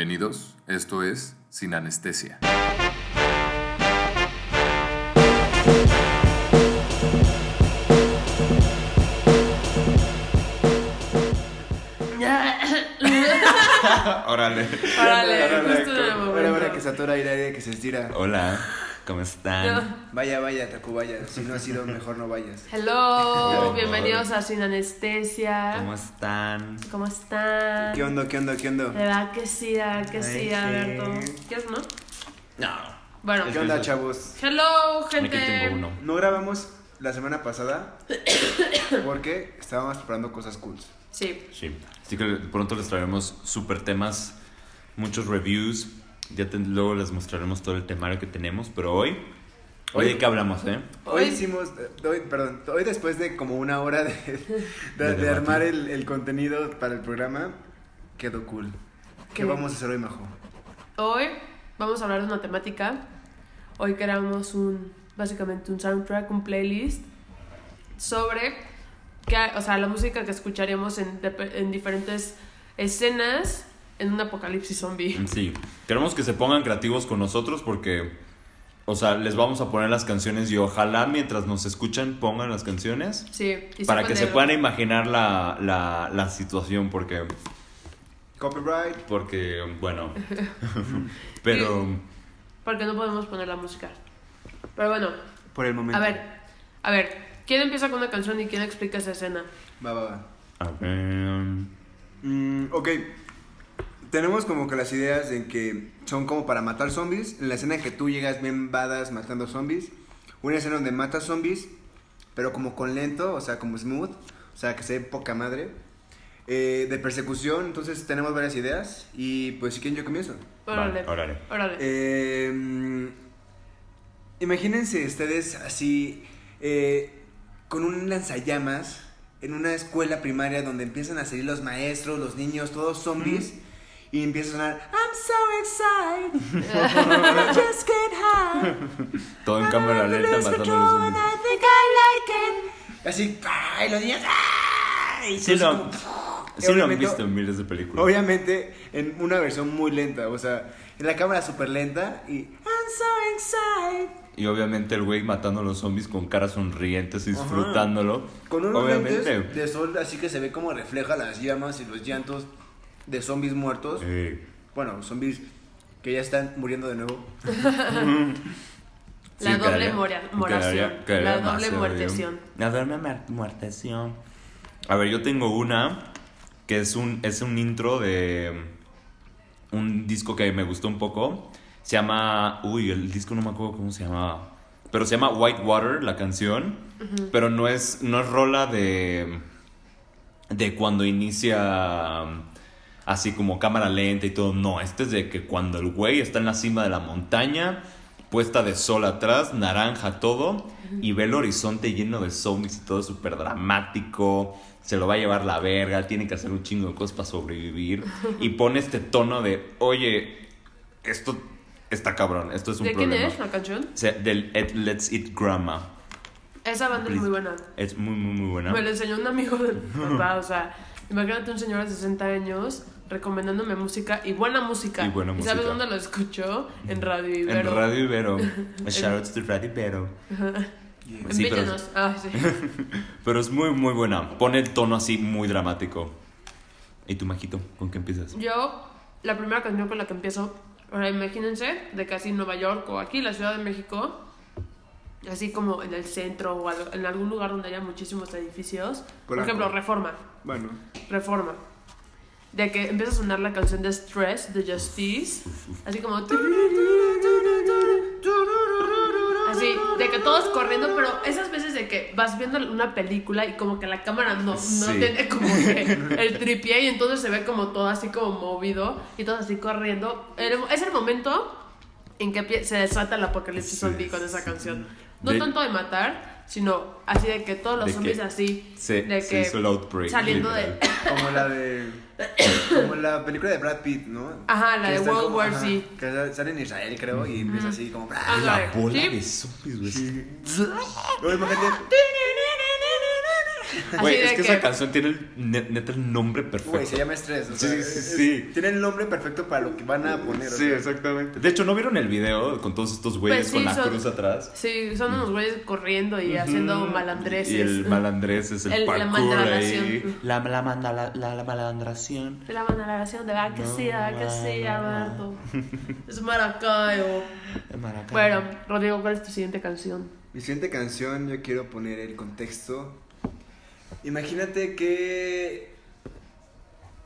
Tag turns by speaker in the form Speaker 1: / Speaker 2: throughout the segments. Speaker 1: Bienvenidos, esto es Sin Anestesia.
Speaker 2: Órale.
Speaker 3: Órale,
Speaker 2: Órale,
Speaker 3: justo en el
Speaker 2: co-
Speaker 3: momento.
Speaker 4: Ahora, ahora que satura aire, aire que se estira.
Speaker 2: Hola, ¿cómo están?
Speaker 4: Vaya, vaya, Tacubaya. Si no ha sido, mejor no vayas.
Speaker 3: Hello, bienvenidos a Sin Anestesia.
Speaker 2: ¿Cómo están?
Speaker 3: ¿Cómo están?
Speaker 4: ¿Qué onda, qué onda, qué
Speaker 3: De
Speaker 4: onda?
Speaker 3: verdad que sí, de verdad que sí,
Speaker 2: Ay, sí.
Speaker 3: Alberto. ¿Quieres no?
Speaker 2: No.
Speaker 3: Bueno,
Speaker 4: ¿Qué onda, chavos?
Speaker 3: hello,
Speaker 2: Aquí tengo
Speaker 3: gente.
Speaker 2: uno.
Speaker 4: No grabamos la semana pasada porque estábamos preparando cosas cool.
Speaker 3: Sí,
Speaker 2: Sí. Así que pronto les traeremos super temas, muchos reviews. Ya te- luego les mostraremos todo el temario que tenemos, pero hoy, hoy de qué hablamos, ¿eh?
Speaker 4: Hoy
Speaker 3: Hoy-
Speaker 4: hicimos, eh, hoy, perdón, hoy después de como una hora de, de-
Speaker 2: De
Speaker 4: de
Speaker 2: debate.
Speaker 4: armar el, el contenido para el programa, quedó cool. ¿Qué,
Speaker 3: ¿Qué?
Speaker 4: vamos a hacer hoy, Majo?
Speaker 3: hoy vamos a hablar de una temática. Hoy creamos un, básicamente un soundtrack, un playlist sobre, que, o sea, la música que escucharíamos en, dep- en diferentes escenas en un apocalipsis zombie.
Speaker 2: Sí. Queremos que se pongan creativos con nosotros porque, o sea, les vamos a poner las canciones y ojalá mientras nos escuchan pongan las canciones.
Speaker 3: Sí, y
Speaker 2: Para que se
Speaker 3: de-
Speaker 2: puedan imaginar la, la, la situación, porque,
Speaker 4: Copyright.
Speaker 2: porque bueno, pero
Speaker 3: Porque no podemos poner la música. Pero bueno,
Speaker 4: Por el momento.
Speaker 3: a ver, a ver, ¿quién empieza con una canción y quién explica esa escena?
Speaker 4: Va, va, va.
Speaker 2: a ver,
Speaker 4: Mm, ok. Tenemos como que las ideas en que son como para matar zombies. En la escena en que tú llegas bien badas matando zombies. Una escena donde matas zombies, pero como con lento, o sea, como smooth. O sea, que se ve poca madre. Eh, de persecución, entonces tenemos varias ideas. Y pues si quieren yo comienzo.
Speaker 3: Órale.
Speaker 2: Vale, órale.
Speaker 3: Órale.
Speaker 4: Eh, mm, imagínense ustedes así, eh, con un lanzallamas, en una escuela primaria donde empiezan a salir los maestros, los niños, todos zombies, y empieza a sonar, I'm so excited, I just can't hide,
Speaker 2: todo en cámara
Speaker 4: I'm
Speaker 2: lenta
Speaker 4: losing
Speaker 2: matando a los
Speaker 4: control,
Speaker 2: zombies.
Speaker 4: I think I like it. Así, ¡ay! los niños, ¡ay! Y
Speaker 2: Sí
Speaker 4: todos
Speaker 2: lo,
Speaker 4: como-
Speaker 2: sí lo han
Speaker 4: obviamente-
Speaker 2: visto en miles de películas.
Speaker 4: Obviamente en una versión muy lenta, o sea, en la cámara súper lenta y I'm so excited.
Speaker 2: Y obviamente el güey matando a los zombies con caras sonrientes, disfrutándolo.
Speaker 4: Con unos
Speaker 2: obviamente.
Speaker 4: lentes de sol así que se ve como refleja las llamas y los llantos de zombies muertos.
Speaker 2: Eh,
Speaker 4: Bueno, zombies que ya están muriendo de nuevo.
Speaker 3: La
Speaker 2: sí,
Speaker 3: doble
Speaker 2: quedaría-
Speaker 3: mora- moración.
Speaker 2: quedaría- quedaría
Speaker 3: La doble
Speaker 2: demasiado bien.
Speaker 3: muerteción.
Speaker 2: La doble mar- muerteción. A ver, yo tengo una que es un, es un intro de mm, un disco que me gustó un poco. Se llama. Uy, el disco no me acuerdo cómo se llamaba. Pero se llama White Water, la canción. Pero no es, no es rola de. de cuando inicia. Así como cámara lenta y todo. No, este es de que cuando el güey está en la cima de la montaña, puesta de sol atrás, naranja todo, y ve el horizonte lleno de zombies y todo súper dramático. Se lo va a llevar la verga, tiene que hacer un chingo de cosas para sobrevivir. Y pone este tono de, oye, esto está cabrón, esto es un
Speaker 3: ¿De quién
Speaker 2: problema.
Speaker 3: es la canción?
Speaker 2: O sea, del Ed- Let's Eat Grandma.
Speaker 3: Esa banda es muy buena.
Speaker 2: Es muy, muy, muy buena.
Speaker 3: Me la enseñó un amigo de mi papá, o sea, imagínate un señor de 60 años recomendándome música y buena música.
Speaker 2: Y buena
Speaker 3: sabes
Speaker 2: música.
Speaker 3: dónde lo escuchó? En Radio Ibero.
Speaker 2: En Radio Ibero. Shoutouts to Radio Ibero. Sí, pero-
Speaker 3: Envíllanos. Ah, sí.
Speaker 2: Pero es muy, muy buena. Pone el tono así muy dramático. ¿Y tu majito? ¿Con qué empiezas?
Speaker 3: Yo, la primera canción con la que empiezo, ahora imagínense, de casi Nueva York o aquí, la Ciudad de México, así como en el centro o al- en algún lugar donde haya muchísimos edificios. Por
Speaker 4: Polanco.
Speaker 3: ejemplo, Reforma.
Speaker 4: Bueno,
Speaker 3: Reforma. De que empieza a sonar la canción de Stress, de Justice, así como... Así, de que todos corriendo, pero esas veces de que vas viendo una película y como que la cámara no, no
Speaker 2: Sí.
Speaker 3: tiene como que el tripié y entonces se ve como todo así como movido y todo así corriendo. El- Es el momento en que pie- se desata el apocalipsis
Speaker 2: Sí,
Speaker 3: zombie con esa
Speaker 2: sí.
Speaker 3: canción. No
Speaker 2: De-
Speaker 3: tanto de matar, sino así de que todos los
Speaker 2: De que
Speaker 3: zombies así,
Speaker 2: se-
Speaker 3: de
Speaker 2: se
Speaker 3: que
Speaker 2: hizo el outbreak,
Speaker 3: saliendo
Speaker 2: literal.
Speaker 3: de...
Speaker 4: como la de como la película de Brad Pitt, ¿no?
Speaker 3: Ajá, la
Speaker 4: Que
Speaker 3: de
Speaker 4: está
Speaker 3: World
Speaker 4: como-
Speaker 3: War
Speaker 4: ajá,
Speaker 3: Z.
Speaker 4: Que sale en Israel, creo, y empieza así como
Speaker 3: Ah,
Speaker 2: La
Speaker 3: Sí.
Speaker 2: bola de zombies, güey.
Speaker 4: Luego imagínate-
Speaker 3: Así
Speaker 2: Güey,
Speaker 3: de
Speaker 2: es que,
Speaker 3: que-
Speaker 2: esa canción tiene el, ne- neta el nombre perfecto.
Speaker 4: Güey, se llama estrés. o sea,
Speaker 2: Sí, sí,
Speaker 4: es-
Speaker 2: sí.
Speaker 4: Tiene el nombre perfecto para lo que van a poner. o
Speaker 2: Sí,
Speaker 4: sea.
Speaker 2: exactamente. De hecho, ¿no vieron el video con todos estos güeyes
Speaker 3: Pues sí,
Speaker 2: con la
Speaker 3: son-
Speaker 2: cruz atrás?
Speaker 3: Sí, son unos güeyes corriendo y haciendo malandreses.
Speaker 2: Y el malandrés es el,
Speaker 3: El- la
Speaker 2: parkour
Speaker 3: malandración.
Speaker 2: ahí. La, la, manda- la, la, la malandración.
Speaker 3: De la malandración de la que sí, de la que sí,
Speaker 2: No,
Speaker 3: Alberto. Es Maracayo.
Speaker 2: El maracán.
Speaker 3: Bueno, Rodrigo, ¿cuál es tu siguiente canción?
Speaker 4: Mi siguiente canción, yo quiero poner el contexto. Imagínate que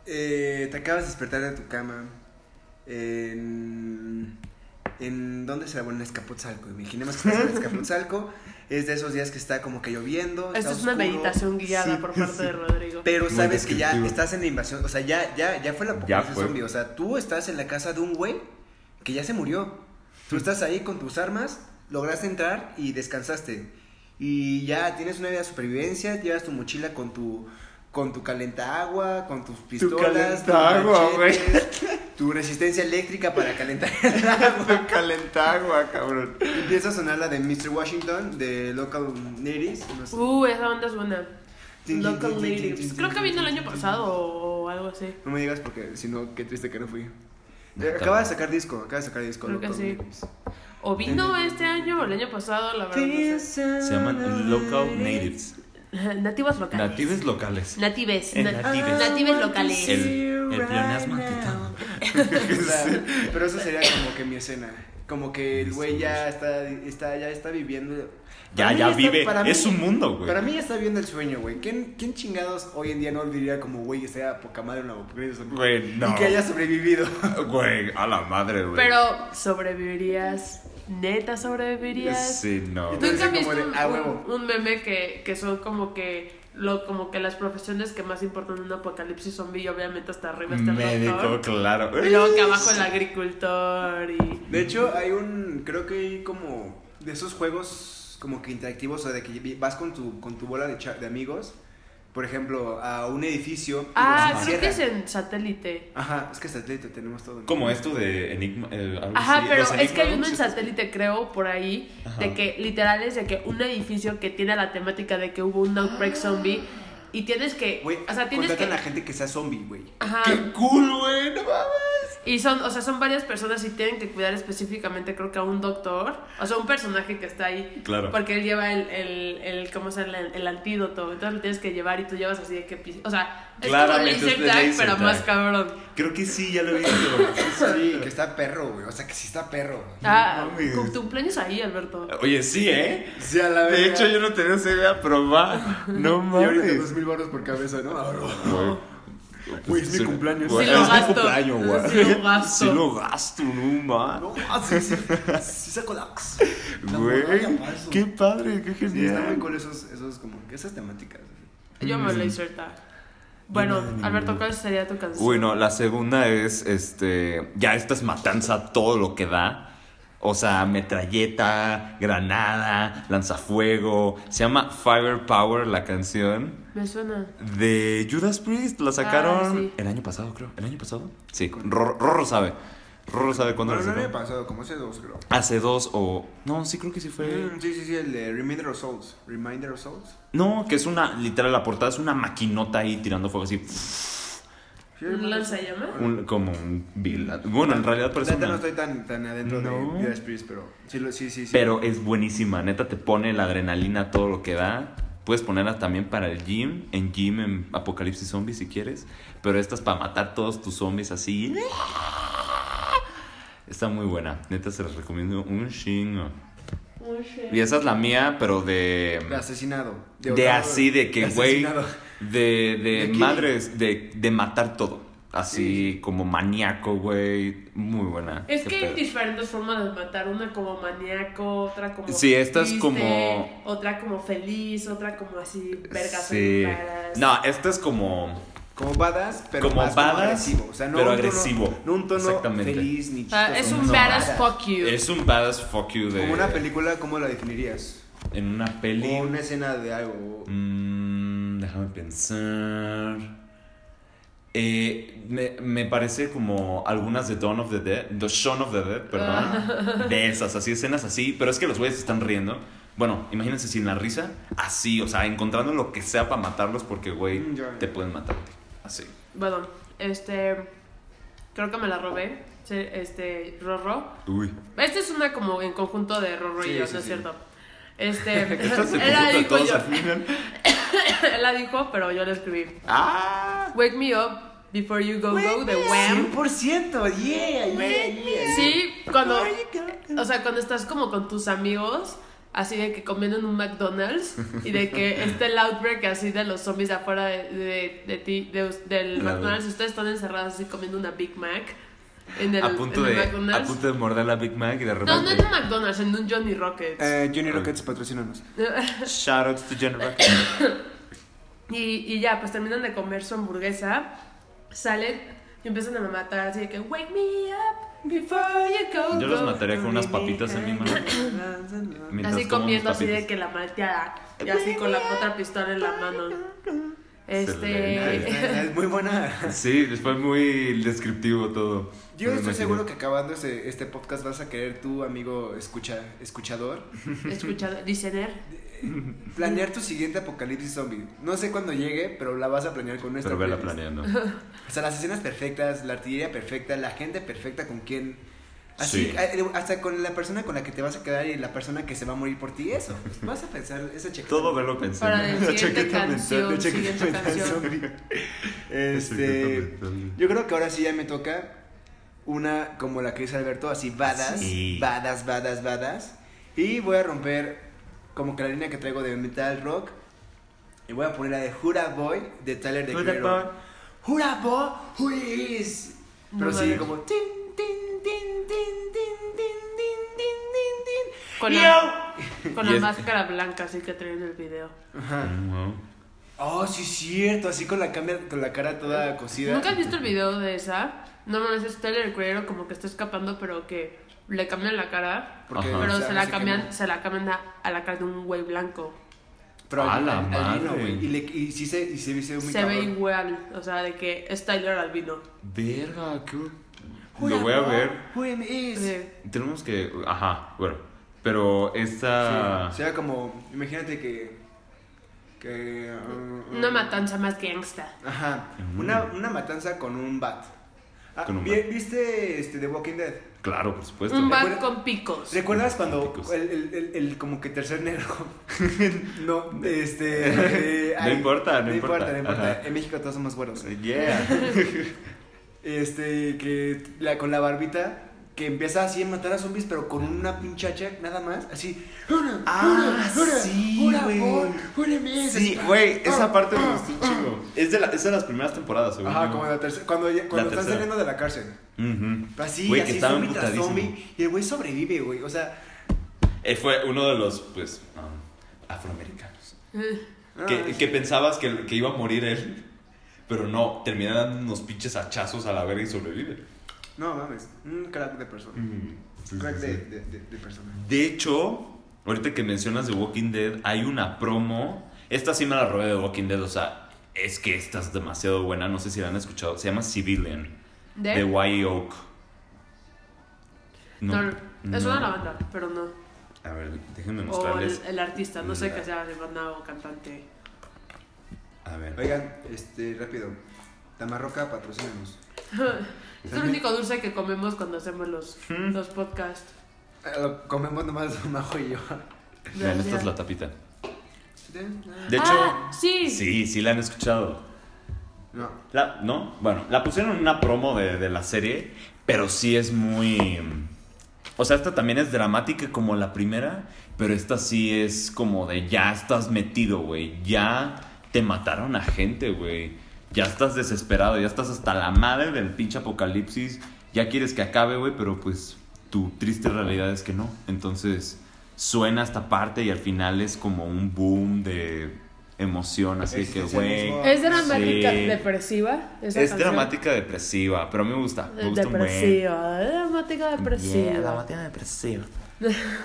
Speaker 4: eh, te acabas de despertar de tu cama. En, en ¿Dónde será? Bueno, en Escapotzalco. Imaginemos que estás en Escapotzalco. Es de esos días que está como que lloviendo.
Speaker 3: Esta
Speaker 4: está
Speaker 3: es una
Speaker 4: oscuro.
Speaker 3: meditación guiada
Speaker 4: Sí,
Speaker 3: por parte de Rodrigo.
Speaker 4: Pero
Speaker 2: Muy
Speaker 4: sabes que ya
Speaker 2: descriptivo.
Speaker 4: estás en la invasión. O sea, ya, ya, ya fue la
Speaker 2: Ya
Speaker 4: apocalipsis
Speaker 2: fue.
Speaker 4: zombie. O sea, tú estás en la casa de un güey que ya se murió. Tú estás ahí con tus armas, lograste entrar y descansaste. Y ya tienes una vida de supervivencia, llevas tu mochila con tu con tu calentagua, con tus pistolas, tus
Speaker 2: calentagua,
Speaker 4: machetes, tu resistencia eléctrica para calentar el
Speaker 2: El calentagua, cabrón.
Speaker 4: Empieza a sonar la de Mr. Washington, de Local Natives. No sé.
Speaker 3: Uh, esa banda es buena. Local Natives. Creo que vino el año pasado o algo así.
Speaker 4: No me digas porque si no, qué triste que no fui. Eh,
Speaker 2: Neta.
Speaker 4: acaba de sacar disco, acaba de sacar disco.
Speaker 3: Creo que
Speaker 4: loco.
Speaker 3: sí. O vino este año o el año pasado, la verdad. No sé.
Speaker 2: Se llaman Local Natives.
Speaker 3: Nativos locales.
Speaker 2: Natives locales.
Speaker 3: Natives.
Speaker 2: Eh,
Speaker 3: Nat-
Speaker 2: natives.
Speaker 3: Natives locales.
Speaker 2: El- pleonasmo antitado.
Speaker 4: O sea, pero eso sería como que mi escena. Como que el güey ya está, está, ya está viviendo.
Speaker 2: Ya,
Speaker 4: Para mí
Speaker 2: ya
Speaker 4: está-
Speaker 2: vive.
Speaker 4: para mí-
Speaker 2: Es un mundo, güey.
Speaker 4: Para mí ya está viviendo el sueño, güey. ¿Quién, ¿Quién chingados hoy en día no diría como, güey, estaría poca madre una apocalipsis?
Speaker 2: Güey, no.
Speaker 4: Y que haya sobrevivido.
Speaker 2: Güey, a la madre, güey.
Speaker 3: Pero, ¿sobrevivirías? ¿Neta sobrevivirías?
Speaker 2: Sí, no.
Speaker 4: Entonces,
Speaker 3: Nunca he visto
Speaker 4: como de,
Speaker 3: un,
Speaker 4: "Ah,
Speaker 3: un-
Speaker 4: huevo".
Speaker 3: un meme que, que son como que lo como que las profesiones que más importan en un apocalipsis zombie y obviamente hasta arriba está el
Speaker 2: Médico,
Speaker 3: doctor.
Speaker 2: claro.
Speaker 3: Y luego que abajo el agricultor y
Speaker 4: De hecho, hay un. Creo que hay como. De esos juegos como que interactivos, o sea, de que vi- vas con tu, con tu bola de, cha- de amigos, por ejemplo, a un edificio. y
Speaker 3: Ah,
Speaker 4: los
Speaker 3: creo que es
Speaker 4: encierran.
Speaker 3: en satélite.
Speaker 4: Ajá, es que satélite tenemos todo. ¿no?
Speaker 2: Como esto de Enigma. eh, algo
Speaker 3: Ajá,
Speaker 2: así.
Speaker 3: pero
Speaker 2: Los
Speaker 3: es que hay uno
Speaker 2: Enigma
Speaker 3: en
Speaker 2: Boxes.
Speaker 3: satélite, creo, por ahí, de
Speaker 2: Ajá.
Speaker 3: que literal es de que un edificio que tiene la temática de que hubo un outbreak zombie y tienes que,
Speaker 4: Güey,
Speaker 3: o sea, tienes que,
Speaker 4: a la gente que sea zombie, güey.
Speaker 3: ajá,
Speaker 2: ¡Qué cool, güey! ¡No mames!
Speaker 3: y son, o sea, son varias personas y tienen que cuidar específicamente, creo que a un doctor, o sea, un personaje que está ahí,
Speaker 2: Claro.
Speaker 3: porque él lleva el, el, el ¿cómo se llama? El, el antídoto, entonces lo tienes que llevar y tú llevas así de que, pis- o sea, es
Speaker 2: Claramente
Speaker 3: como
Speaker 2: es
Speaker 3: el
Speaker 2: de
Speaker 3: Laser Tag,
Speaker 2: laser
Speaker 3: pero
Speaker 2: tag.
Speaker 3: más cabrón.
Speaker 2: Creo que sí, ya lo he visto.
Speaker 4: Sí, que está perro, güey. O sea, que sí está perro.
Speaker 3: Ah,
Speaker 2: mames.
Speaker 3: tu cumpleaños ahí, Alberto.
Speaker 2: Oye, sí, ¿eh?
Speaker 4: Sí, a la
Speaker 2: De hecho, yo no tenía esa idea, pero va. No
Speaker 4: Y ahorita dos
Speaker 2: mames.
Speaker 4: mil baros por cabeza, ¿no? Ahora.
Speaker 2: Güey.
Speaker 4: Güey, es mi
Speaker 2: Sí,
Speaker 4: cumpleaños.
Speaker 2: güey,
Speaker 3: Sí lo
Speaker 2: es
Speaker 3: gasto.
Speaker 2: mi cumpleaños, güey.
Speaker 3: Sí lo gasto.
Speaker 2: Sí lo gasto, no mames.
Speaker 4: No, ah, sí, sí. Sí saco la. la
Speaker 2: Güey,
Speaker 4: morada, paso.
Speaker 2: qué padre, qué
Speaker 4: Sí, está muy
Speaker 2: genial.
Speaker 4: cool esos, esos, como, que esas temáticas.
Speaker 3: Yo me
Speaker 4: Mm.
Speaker 3: lo hice Bueno, Alberto, ¿cuál sería tu canción?
Speaker 2: Uy, no, la segunda es, este, ya esta es matanza todo lo que da. O sea, metralleta, granada, lanzafuego. Se llama Firepower la canción
Speaker 3: Me suena.
Speaker 2: de Judas Priest. La sacaron
Speaker 3: Ah, sí.
Speaker 2: el año pasado, creo. ¿El año pasado? Sí, Rorro, Rorro sabe. Rorro sabe cuándo
Speaker 4: Bueno,
Speaker 2: la
Speaker 4: no me
Speaker 2: sacaron.
Speaker 4: ha pasado, como hace dos, creo.
Speaker 2: Hace dos o... No, sí creo que sí fue...
Speaker 4: Mm, Sí, sí, sí, el de Reminder of Souls. Reminder of Souls.
Speaker 2: No, que es una, literal, la portada es una maquinota ahí tirando fuego así.
Speaker 4: Sí,
Speaker 3: ¿Un
Speaker 4: Reminder of
Speaker 3: lanzallamas?
Speaker 2: un- como un vilán. Bueno, en realidad
Speaker 4: Souls.
Speaker 2: parece
Speaker 4: Neta, no
Speaker 2: una-
Speaker 4: estoy tan, tan adentro
Speaker 2: No.
Speaker 4: de Judas Priest, pero sí, lo- sí, sí, sí.
Speaker 2: Pero es buenísima, neta te pone la adrenalina todo lo que da. Puedes ponerla también para el gym, en gym en Apocalipsis Zombies si quieres, pero esta es para matar todos tus zombies así. Está muy buena, neta se las recomiendo un chingo. Y esa es la mía, pero de
Speaker 4: De asesinado.
Speaker 2: de,
Speaker 4: otro-
Speaker 2: así de que güey
Speaker 4: asesinado.
Speaker 2: de, de,
Speaker 4: De
Speaker 2: madres de, de matar todo, así como maníaco, güey, muy buena.
Speaker 3: Es
Speaker 2: Qué
Speaker 3: que hay
Speaker 2: pedo.
Speaker 3: diferentes formas de matar, una como maníaco, otra como
Speaker 2: Sí, esta es
Speaker 3: triste,
Speaker 2: como-
Speaker 3: otra como feliz, otra como así vergas
Speaker 2: Sí.
Speaker 3: en caras.
Speaker 2: No, esta es como
Speaker 4: Como badass, pero
Speaker 2: Como
Speaker 4: más
Speaker 2: badass,
Speaker 4: agresivo. O sea, no
Speaker 2: pero
Speaker 4: un tono-
Speaker 2: agresivo.
Speaker 4: no un tono
Speaker 2: Exactamente.
Speaker 4: feliz ni
Speaker 3: O sea, Ah, es un
Speaker 4: chistoso,
Speaker 3: badass
Speaker 4: badass.
Speaker 3: fuck you.
Speaker 2: Es un badass fuck you de.
Speaker 4: Como una película, ¿cómo la definirías?
Speaker 2: En una peli.
Speaker 4: O una escena de algo.
Speaker 2: Mm, déjame pensar. Eh, me, me parece como algunas de Dawn of the
Speaker 3: Ah.
Speaker 2: Dead. The Shaun of the Dead, perdón. De esas, así, escenas así. Pero es que los güeyes están riendo. Bueno, imagínense sin la risa, así, o sea, encontrando lo que sea para matarlos porque, güey,
Speaker 4: Mm, ya.
Speaker 2: te pueden matarte. Así.
Speaker 3: Bueno, este. Creo que me la robé. Sí, Este, Rorro.
Speaker 2: Uy.
Speaker 3: Esta es una como en conjunto de Rorro y
Speaker 4: Sí,
Speaker 3: yo,
Speaker 4: sí,
Speaker 3: ¿no es
Speaker 4: sí.
Speaker 3: cierto? Este.
Speaker 2: Estás en
Speaker 3: él la
Speaker 2: conjunto de
Speaker 3: dijo
Speaker 2: todos
Speaker 3: yo.
Speaker 2: al final.
Speaker 3: él la dijo, pero yo la escribí.
Speaker 2: ¡Ah!
Speaker 3: Wake me up before you go go de Wham.
Speaker 4: 100%, yeah,
Speaker 3: Sí, cuando. O sea, cuando estás como con tus amigos, así de que comiendo en un McDonald's y de que está el outbreak así de los zombies de afuera de, de, de ti, de us- del
Speaker 2: La
Speaker 3: McDonald's,
Speaker 2: verdad.
Speaker 3: ustedes están encerrados así comiendo una Big Mac en el,
Speaker 2: a, punto
Speaker 3: en el
Speaker 2: de, a
Speaker 3: McDonald's.
Speaker 2: punto de morder la Big Mac y de repente.
Speaker 3: No, no en un McDonald's, en un Johnny Rockets.
Speaker 4: Eh, Johnny Rockets patrocínanos.
Speaker 2: Shoutouts to John Rock.
Speaker 3: Y, y ya, pues terminan de comer su hamburguesa, salen y empiezan a matar así de que wake me up before you go.
Speaker 2: Yo los
Speaker 3: go".
Speaker 2: mataría con unas papitas en mi mano. mientras
Speaker 3: Así
Speaker 2: como mis
Speaker 3: comiendo así de
Speaker 2: papitas.
Speaker 3: que la malteada y así con la otra pistola en la mano. Este,
Speaker 4: Es muy buena.
Speaker 2: Sí, fue muy descriptivo todo.
Speaker 4: Yo
Speaker 2: Me
Speaker 4: estoy
Speaker 2: imaginé.
Speaker 4: seguro que acabando ese- este podcast vas a querer tu amigo escucha, escuchador
Speaker 3: escuchando, listener.
Speaker 4: planear tu siguiente apocalipsis zombie. No sé cuándo llegue, pero la vas a planear con nuestra
Speaker 2: Pero vela
Speaker 4: playlist.
Speaker 2: planeando.
Speaker 4: O sea, las escenas perfectas, la artillería perfecta, la gente perfecta con quien... Así,
Speaker 2: Sí.
Speaker 4: a- eh, hasta con la persona con la que te vas a quedar y la persona que se va a morir por ti, eso. Vas a pensar esa chequeta.
Speaker 2: Todo verlo pensando.
Speaker 3: Para el siguiente
Speaker 4: chaqueta mental,
Speaker 3: canción,
Speaker 4: la chaqueta
Speaker 3: siguiente
Speaker 4: mental
Speaker 3: canción.
Speaker 4: zombie. Este, yo creo que ahora sí ya me toca una como la que dice Alberto, así badas,
Speaker 2: Sí.
Speaker 4: badas, badas, badas. Y voy a romper como que la línea que traigo de metal rock. Y voy a poner la de Jura Boy de Tyler de
Speaker 2: Jura Boy.
Speaker 4: Creator. Jura Boy, who is. Pero
Speaker 3: No,
Speaker 4: sí,
Speaker 3: no.
Speaker 4: como. tin, tin, tin, tin, tin, tin, tin, tin, tin.
Speaker 3: Con
Speaker 4: Yo.
Speaker 3: la, con
Speaker 2: Y
Speaker 3: la
Speaker 2: es-
Speaker 3: máscara blanca, así que traen el video.
Speaker 4: Ajá. Oh, sí, es cierto, así con la, cama- con la cara toda cocida.
Speaker 3: ¿Nunca has visto el video de esa? No mames, es Tyler el Creator como que está escapando, pero que le cambian la cara.
Speaker 4: Porque,
Speaker 2: Ajá.
Speaker 4: o
Speaker 3: Pero
Speaker 4: sea,
Speaker 3: se la
Speaker 4: se
Speaker 3: cambian,
Speaker 4: quemó.
Speaker 3: se la cambian a, a la cara de un güey blanco.
Speaker 4: Pero
Speaker 2: A
Speaker 4: al-
Speaker 2: la
Speaker 4: al- albino,
Speaker 2: madre.
Speaker 4: güey. Y, le, y sí se, y se, ve- se ve muy
Speaker 3: Se ve
Speaker 4: cabrón.
Speaker 3: igual, o sea, de que es Tyler albino.
Speaker 2: Verga, qué.
Speaker 4: Jura
Speaker 2: Lo voy a
Speaker 4: Boy,
Speaker 2: ver.
Speaker 4: who am is.
Speaker 3: Sí.
Speaker 2: Tenemos que. Ajá, bueno. Pero esta.
Speaker 4: Sí, Sería como, imagínate que. que uh,
Speaker 3: Una
Speaker 4: uh,
Speaker 3: matanza más gangsta.
Speaker 4: Ajá,
Speaker 2: Mm.
Speaker 4: una, una matanza con un bat. Ah,
Speaker 2: Con un
Speaker 4: vi-
Speaker 2: bat.
Speaker 4: ¿Viste este, The Walking Dead?
Speaker 2: Claro, por supuesto.
Speaker 3: Un bat
Speaker 4: Recuerda-
Speaker 3: con picos.
Speaker 4: ¿Recuerdas cuando
Speaker 2: Típicos.
Speaker 4: el, el, el, el como que tercer negro? no, este. eh,
Speaker 2: No
Speaker 4: ay,
Speaker 2: importa, no importa.
Speaker 4: No importa,
Speaker 2: Ajá.
Speaker 4: En México todos somos güeros.
Speaker 2: Yeah.
Speaker 4: Este, que la, con la barbita, que empieza así a matar a zombies, pero con una pinche hacha, nada más, así. ¡Una,
Speaker 2: Ah,
Speaker 4: una, una,
Speaker 2: sí,
Speaker 4: una,
Speaker 2: güey.
Speaker 4: por- una mesa!
Speaker 2: Sí, güey, esa parte me gustó un chingo. Es de, la- es de las primeras temporadas, seguro.
Speaker 4: Oh. Ajá, como la tercera, cuando, ya- cuando están
Speaker 2: tercera.
Speaker 4: saliendo de la cárcel. Pero Así,
Speaker 2: Güey, que
Speaker 4: así,
Speaker 2: estaba
Speaker 4: zombie tras
Speaker 2: emputadísimo.
Speaker 4: zombie, y el güey sobrevive, güey, o sea...
Speaker 2: Eh, fue uno de los, pues, ah, afroamericanos.
Speaker 3: Eh,
Speaker 4: no,
Speaker 2: que,
Speaker 4: es-
Speaker 2: que pensabas que, que iba a morir él, pero no, termina dando unos pinches hachazos a la verga y sobrevive.
Speaker 4: No, mames, un crack de persona.
Speaker 2: Mm, Sí,
Speaker 4: Crack
Speaker 2: sí,
Speaker 4: de,
Speaker 2: sí.
Speaker 4: de, de, de persona.
Speaker 2: De hecho, ahorita que mencionas The Walking Dead, hay una promo. Esta sí me la robé de Walking Dead, o sea, es que esta es demasiado buena, no sé si la han escuchado. Se llama Civilian,
Speaker 3: ¿De?
Speaker 2: de White Oak.
Speaker 3: No, es una
Speaker 2: no.
Speaker 3: banda, pero no.
Speaker 2: A ver, déjenme
Speaker 3: O el,
Speaker 2: mostrarles.
Speaker 3: el artista, no sé
Speaker 2: la-
Speaker 3: qué sea de banda o cantante.
Speaker 2: A ver.
Speaker 4: Oigan, este, rápido, Tamarroca, patrocínanos.
Speaker 3: Es el único dulce que comemos cuando hacemos los, los podcasts.
Speaker 4: Eh, Lo comemos nomás Majo y yo.
Speaker 2: Vean, esta es la tapita. De hecho,
Speaker 3: Ah, sí.
Speaker 2: sí, sí la han escuchado.
Speaker 4: No,
Speaker 2: La- ¿No? Bueno, la pusieron en una promo de, de la serie, pero sí es muy... O sea, esta también es dramática como la primera, pero esta sí es como de ya estás metido, güey. Ya te mataron a gente, güey. Ya estás desesperado, ya estás hasta la madre del pinche apocalipsis. Ya quieres que acabe, güey, pero pues tu triste realidad es que no. Entonces suena esta parte y al final es como un boom de emoción, así de que, güey...
Speaker 4: Existencialismo.
Speaker 3: ¿Es dramática
Speaker 2: Sí.
Speaker 3: depresiva? esa
Speaker 2: Es
Speaker 3: canción?
Speaker 2: dramática depresiva, pero a mí me gusta. Me gusta
Speaker 3: Depresiva, dramática
Speaker 2: un buen.
Speaker 3: depresiva.
Speaker 2: Yeah, dramática depresiva.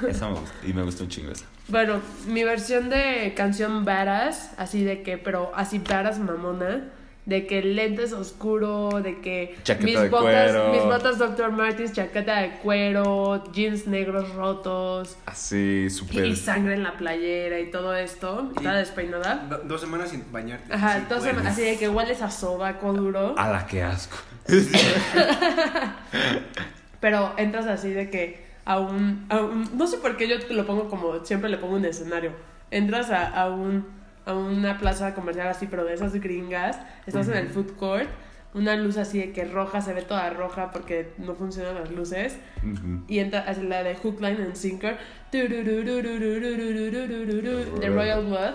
Speaker 2: Esa me gusta. Y me gusta un chingo esa.
Speaker 3: Bueno, mi versión de canción Varas, así de que, pero así Varas mamona, de que lentes oscuro, de que
Speaker 2: Chaqueta
Speaker 3: mis
Speaker 2: de
Speaker 3: botas,
Speaker 2: cuero.
Speaker 3: mis botas Dr. Martens, chaqueta de cuero, jeans negros rotos
Speaker 2: Así,
Speaker 3: y,
Speaker 2: súper.
Speaker 3: y sangre en la playera y todo esto, y
Speaker 4: Y-
Speaker 3: estaba despeinada.
Speaker 4: Do- dos semanas sin bañarte.
Speaker 3: Ajá,
Speaker 4: Sí,
Speaker 3: entonces
Speaker 4: güey.
Speaker 3: así de que hueles a sobaco duro.
Speaker 2: A la que asco.
Speaker 3: Pero entras así de que a un, a un- No sé por qué yo te lo pongo como... Siempre le pongo un escenario. Entras a, a un, a una plaza comercial así, pero de esas gringas. Estás en el food court. Una luz así de que roja, se ve toda roja porque no funcionan las luces.
Speaker 2: Ujú.
Speaker 3: Y entra así la de Hook, Line and Sinker. tururururururururururu, De Royal Blood,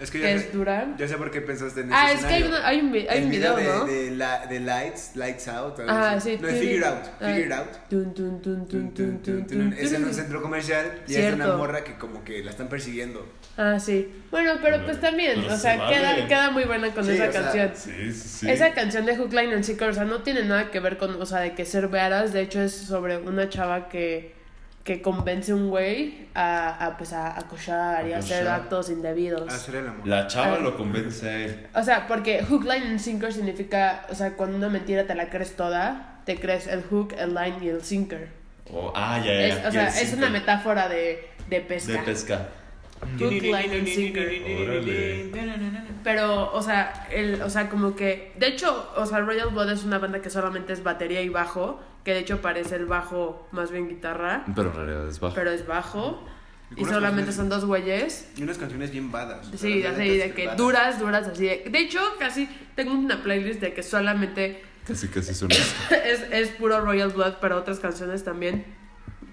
Speaker 4: Es que ya,
Speaker 3: que es
Speaker 4: sé,
Speaker 3: dura.
Speaker 4: ya sé por qué pensaste en ese
Speaker 3: Ah, es que hay,
Speaker 4: escenario.
Speaker 3: una- hay un, vi- hay
Speaker 4: El
Speaker 3: un video, ¿no?
Speaker 4: de, de, la, de Lights, Lights Out. algo
Speaker 3: Ajá,
Speaker 4: así.
Speaker 3: sí.
Speaker 4: No, de Figure It Out.
Speaker 3: Ah.
Speaker 4: Figure It Out.
Speaker 3: Tun, tun, tun, tun, tun, tun, tun,
Speaker 4: Es en un
Speaker 3: tun.
Speaker 4: centro comercial y es de
Speaker 3: Cierto.
Speaker 4: una morra que como que la están persiguiendo.
Speaker 3: Ah, sí. Bueno, pero pues también,
Speaker 2: Pero
Speaker 3: o
Speaker 2: se
Speaker 3: sea,
Speaker 2: vale.
Speaker 3: queda, queda muy buena con
Speaker 4: Sí,
Speaker 3: esa
Speaker 4: o sea,
Speaker 3: canción.
Speaker 2: Sí, sí, sí.
Speaker 3: Esa canción de Hook, Line and Sinker, o sea, no tiene nada que ver con, o sea, de que ser veras. De hecho, es sobre una chava que, que convence a un güey a, a, pues, a acochar y a hacer
Speaker 2: Acochar.
Speaker 3: actos indebidos.
Speaker 4: Hacer el amor.
Speaker 2: La chava
Speaker 3: Ah.
Speaker 2: lo convence a él.
Speaker 3: O sea, porque hook, line and sinker significa, o sea, cuando una mentira te la crees toda, te crees el hook, el line y el sinker.
Speaker 2: Oh, ah, ya, ya.
Speaker 3: Es-
Speaker 2: ya,
Speaker 3: o sea,
Speaker 2: que
Speaker 3: es una
Speaker 2: simple.
Speaker 3: metáfora de, de pesca.
Speaker 2: De pesca.
Speaker 3: Hook, line and sinker. Pero, o sea, el, o sea, como que. De hecho, o sea, Royal Blood es una banda que solamente es batería y bajo. Que de hecho parece el bajo más bien guitarra.
Speaker 2: Pero en realidad es bajo.
Speaker 3: Pero es bajo.
Speaker 4: ¿Y
Speaker 3: Y
Speaker 4: cuáles
Speaker 3: solamente
Speaker 4: canciones?
Speaker 3: son dos güeyes.
Speaker 4: Y unas canciones bien badas. o sea,
Speaker 3: Sí,
Speaker 4: la neta
Speaker 3: así
Speaker 4: es
Speaker 3: de que
Speaker 4: badas.
Speaker 3: duras, duras, así de. De hecho, casi tengo una playlist de que solamente
Speaker 2: Casi, casi suena.
Speaker 3: es, es puro Royal Blood para otras canciones también.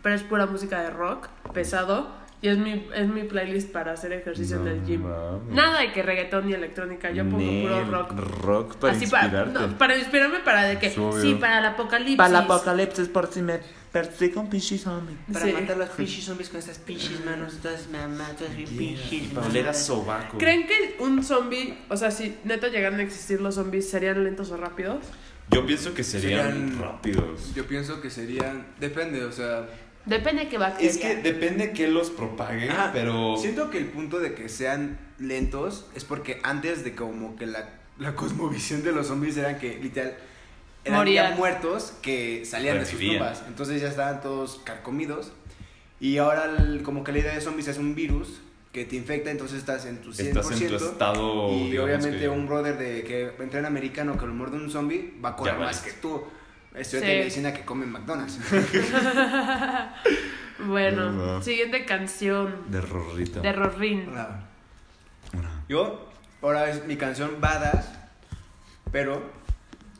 Speaker 3: Pero es pura música de rock, pesado. Y es mi, es mi playlist para hacer ejercicio
Speaker 2: No
Speaker 3: en el gym.
Speaker 2: mames.
Speaker 3: Nada de que reggaetón ni electrónica. Yo pongo puro
Speaker 2: Nel,
Speaker 3: rock.
Speaker 2: Rock para
Speaker 3: Así para,
Speaker 2: inspirarte.
Speaker 3: no, para inspirarme para de que
Speaker 2: Sí, obvio.
Speaker 3: sí, para el apocalipsis.
Speaker 5: Para el apocalipsis, por si me persigo un pinche zombie.
Speaker 6: Para
Speaker 3: Sí.
Speaker 6: matar a los pinches zombies con estas pinches manos, todas mamadas, bien pinches manos.
Speaker 2: sobaco.
Speaker 3: ¿Creen que un zombie, o sea, si neta llegaran a existir los zombies, serían lentos o rápidos?
Speaker 2: Yo pienso que serían,
Speaker 4: Serían-
Speaker 2: rápidos.
Speaker 4: Yo pienso que serían. Depende, o sea.
Speaker 3: Depende de qué bacteria.
Speaker 2: Es que depende que los propague,
Speaker 4: Ajá,
Speaker 2: pero.
Speaker 4: Siento que el punto de que sean lentos es porque antes de como que la, la cosmovisión de los zombies era que literal. Eran ya
Speaker 3: Morían.
Speaker 4: muertos que salían de sus
Speaker 2: Revivían.
Speaker 4: tumbas. Entonces ya estaban todos carcomidos. Y ahora, el- como que la idea de zombies es un virus que te infecta, entonces estás en tu 100%.
Speaker 2: Estás en tu estado.
Speaker 4: Y
Speaker 2: digamos
Speaker 4: obviamente
Speaker 2: que-
Speaker 4: un brother de que entrena americano que lo muerde un zombie va a correr
Speaker 2: Ya
Speaker 4: más
Speaker 2: valiste.
Speaker 4: que tú. Estudiante
Speaker 3: Sí.
Speaker 4: de medicina que come en McDonald's.
Speaker 3: Bueno,
Speaker 2: No, no.
Speaker 3: siguiente canción
Speaker 2: De rorrito.
Speaker 3: de Rorin.
Speaker 4: Ahora,
Speaker 2: Una.
Speaker 4: Yo, ahora es mi canción Badass, pero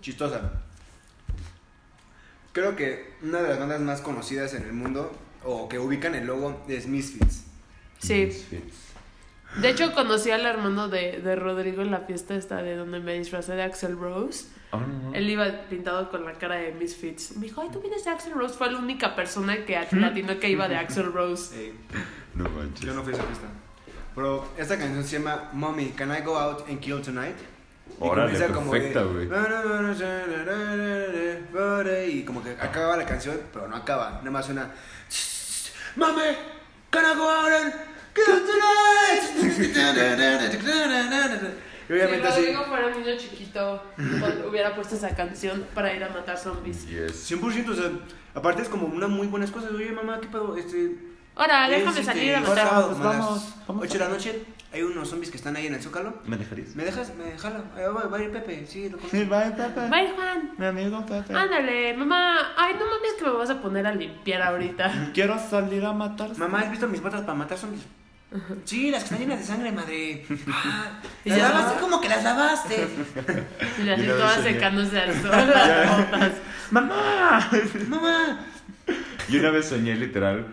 Speaker 4: chistosa. Creo que una de las bandas más conocidas en el mundo, o que ubican el logo, es Misfits.
Speaker 3: Sí.
Speaker 2: Mm.
Speaker 3: De hecho, conocí al hermano de, de Rodrigo en la fiesta esta de donde me disfracé de Axel Rose.
Speaker 2: Ah, no.
Speaker 3: Él iba pintado con la cara de Misfits. Me dijo, ay, tú vienes de Axel Rose. Fue la única persona que atinó que iba de Axel Rose.
Speaker 4: Eh,
Speaker 2: No manches.
Speaker 4: yo no fui a esa fiesta. Pero esta canción se llama Mommy, Can I Go Out and Kill Tonight? Y
Speaker 2: Órale,
Speaker 4: comienza como de-
Speaker 2: perfecta, güey.
Speaker 4: Y como que acaba la canción, pero no acaba. Nada más suena. Mame, can I go out and kill tonight? Y obviamente
Speaker 3: si
Speaker 4: así.
Speaker 3: Rodrigo fuera un niño chiquito, pon- hubiera puesto esa canción para ir a matar zombies.
Speaker 2: Yes.
Speaker 4: 100%, o sea, aparte es como una muy buenas cosas. Oye, mamá, ¿qué pedo? Este.
Speaker 3: Ahora,
Speaker 4: es,
Speaker 3: Ah, déjame
Speaker 4: este,
Speaker 3: salir a
Speaker 4: pasado,
Speaker 3: matar.
Speaker 4: como a las ocho de la noche, hay unos zombies que están ahí en el zócalo.
Speaker 2: ¿Me dejarías?
Speaker 4: ¿Me dejas? Me jala. Ahí Va, va a ir Pepe, sí, lo conozco.
Speaker 5: Bye, Pepe.
Speaker 3: Bye, Ah. Juan.
Speaker 5: Mi amigo Pepe.
Speaker 3: Ándale, mamá. Ay, no mames que me vas a poner a limpiar ahorita.
Speaker 5: Quiero salir a matar.
Speaker 4: Mamá, ¿has visto mis botas para matar zombies? Sí, las que están llenas de sangre, madre. Ah,
Speaker 3: Y
Speaker 4: las
Speaker 3: ya-
Speaker 4: lavaste como que las lavaste.
Speaker 3: Y así
Speaker 2: Y luego
Speaker 3: todas
Speaker 2: enseñé.
Speaker 3: secándose al sol las botas.
Speaker 5: Mamá.
Speaker 4: Mamá.
Speaker 2: Yo una vez soñé literal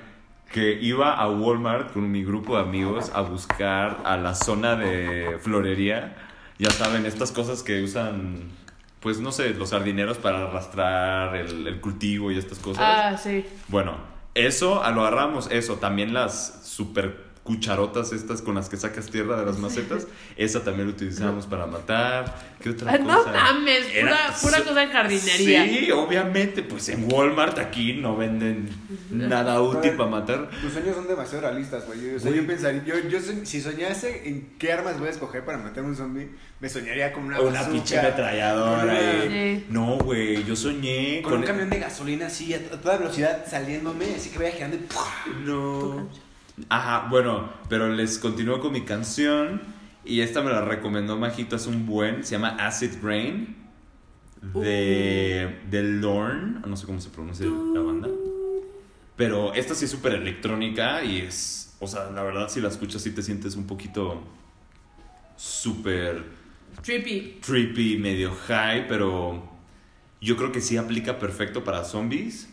Speaker 2: que iba a Walmart con mi grupo de amigos a buscar a la zona de florería. Ya saben, estas cosas que usan, pues no sé, los jardineros para arrastrar el, el cultivo y estas cosas.
Speaker 3: Ah, sí.
Speaker 2: Bueno, eso ah, lo agarramos, eso. También las super cucharotas estas con las que sacas tierra de las macetas. Esa también la utilizábamos para matar. ¿Qué otra
Speaker 3: Ah, no
Speaker 2: cosa?
Speaker 3: mames, pura- pura cosa de jardinería.
Speaker 2: Sí, obviamente, pues en Walmart aquí no venden nada útil para matar.
Speaker 4: Tus sueños son demasiado realistas, güey. Yo, o sea, yo pensaría, yo, yo soñ- si soñase en qué armas voy a escoger para matar a un zombie, me soñaría con una
Speaker 2: Una
Speaker 4: bazooka,
Speaker 2: pinche ametralladora.
Speaker 4: con una-
Speaker 2: eh.
Speaker 3: Sí.
Speaker 2: No, güey, yo soñé
Speaker 4: Con un camión de gasolina así a a toda velocidad saliéndome, así que vaya girando y ¡pua!
Speaker 2: No. Ajá, bueno, pero les continúo con mi canción. Y esta me la recomendó Majito hace un buen. Se llama Acid Rain. De, de Lorne. No sé cómo se pronuncia la banda. Pero esta sí es súper electrónica. Y es. O sea, la verdad, si la escuchas, sí te sientes un poquito. Súper
Speaker 3: Trippy.
Speaker 2: trippy, medio high, pero yo creo que sí aplica perfecto para zombies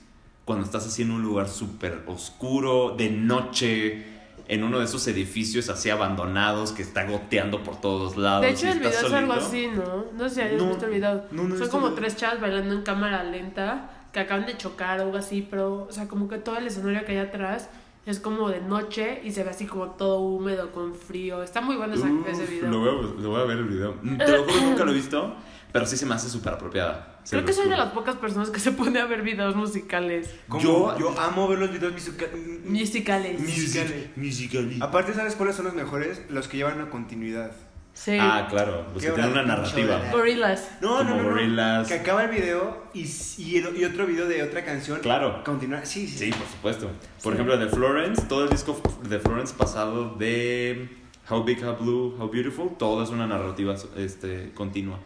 Speaker 2: cuando estás así en un lugar súper oscuro, de noche, en uno de esos edificios así abandonados que está goteando por todos lados.
Speaker 3: De hecho,
Speaker 2: y
Speaker 3: el video
Speaker 2: estás
Speaker 3: es algo
Speaker 2: solito.
Speaker 3: así, ¿no? No sé si hayas
Speaker 2: No,
Speaker 3: visto el video.
Speaker 2: no, no
Speaker 3: Son
Speaker 2: he visto
Speaker 3: como
Speaker 2: el video.
Speaker 3: tres chavas bailando en cámara lenta que acaban de chocar o algo así, pero, o sea, como que todo el escenario que hay atrás es como de noche y se ve así como todo húmedo, con frío. Está muy bueno esa-
Speaker 2: Uf,
Speaker 3: ese video.
Speaker 2: Lo voy, a, lo voy a ver el video. Mm, Te lo juro, nunca lo he visto, pero sí se me hace súper apropiada. Se
Speaker 3: Creo
Speaker 2: los
Speaker 3: que soy de
Speaker 2: juro.
Speaker 3: las pocas personas que se pone a ver videos musicales.
Speaker 4: ¿Cómo?
Speaker 2: Yo-
Speaker 4: yo amo ver los videos musica-
Speaker 3: Musicales.
Speaker 4: musicales.
Speaker 2: Musical.ly.
Speaker 4: Aparte, ¿sabes cuáles son los mejores? Los que llevan una continuidad.
Speaker 3: Sí.
Speaker 2: Ah, claro, los
Speaker 4: Qué
Speaker 2: que tienen una
Speaker 4: hora, pinche
Speaker 2: narrativa.
Speaker 4: hora.
Speaker 3: Gorillas.
Speaker 4: No,
Speaker 2: Como
Speaker 4: no, no, no.
Speaker 2: Gorillaz.
Speaker 4: Que acaba el video y, y, el- y otro video de otra canción.
Speaker 2: Claro.
Speaker 4: Continúa. Sí, sí.
Speaker 2: Sí, por supuesto. Por ejemplo, de Florence, todo el disco de Florence pasado de How Big, How Blue, How Beautiful, todo es una narrativa este, continua.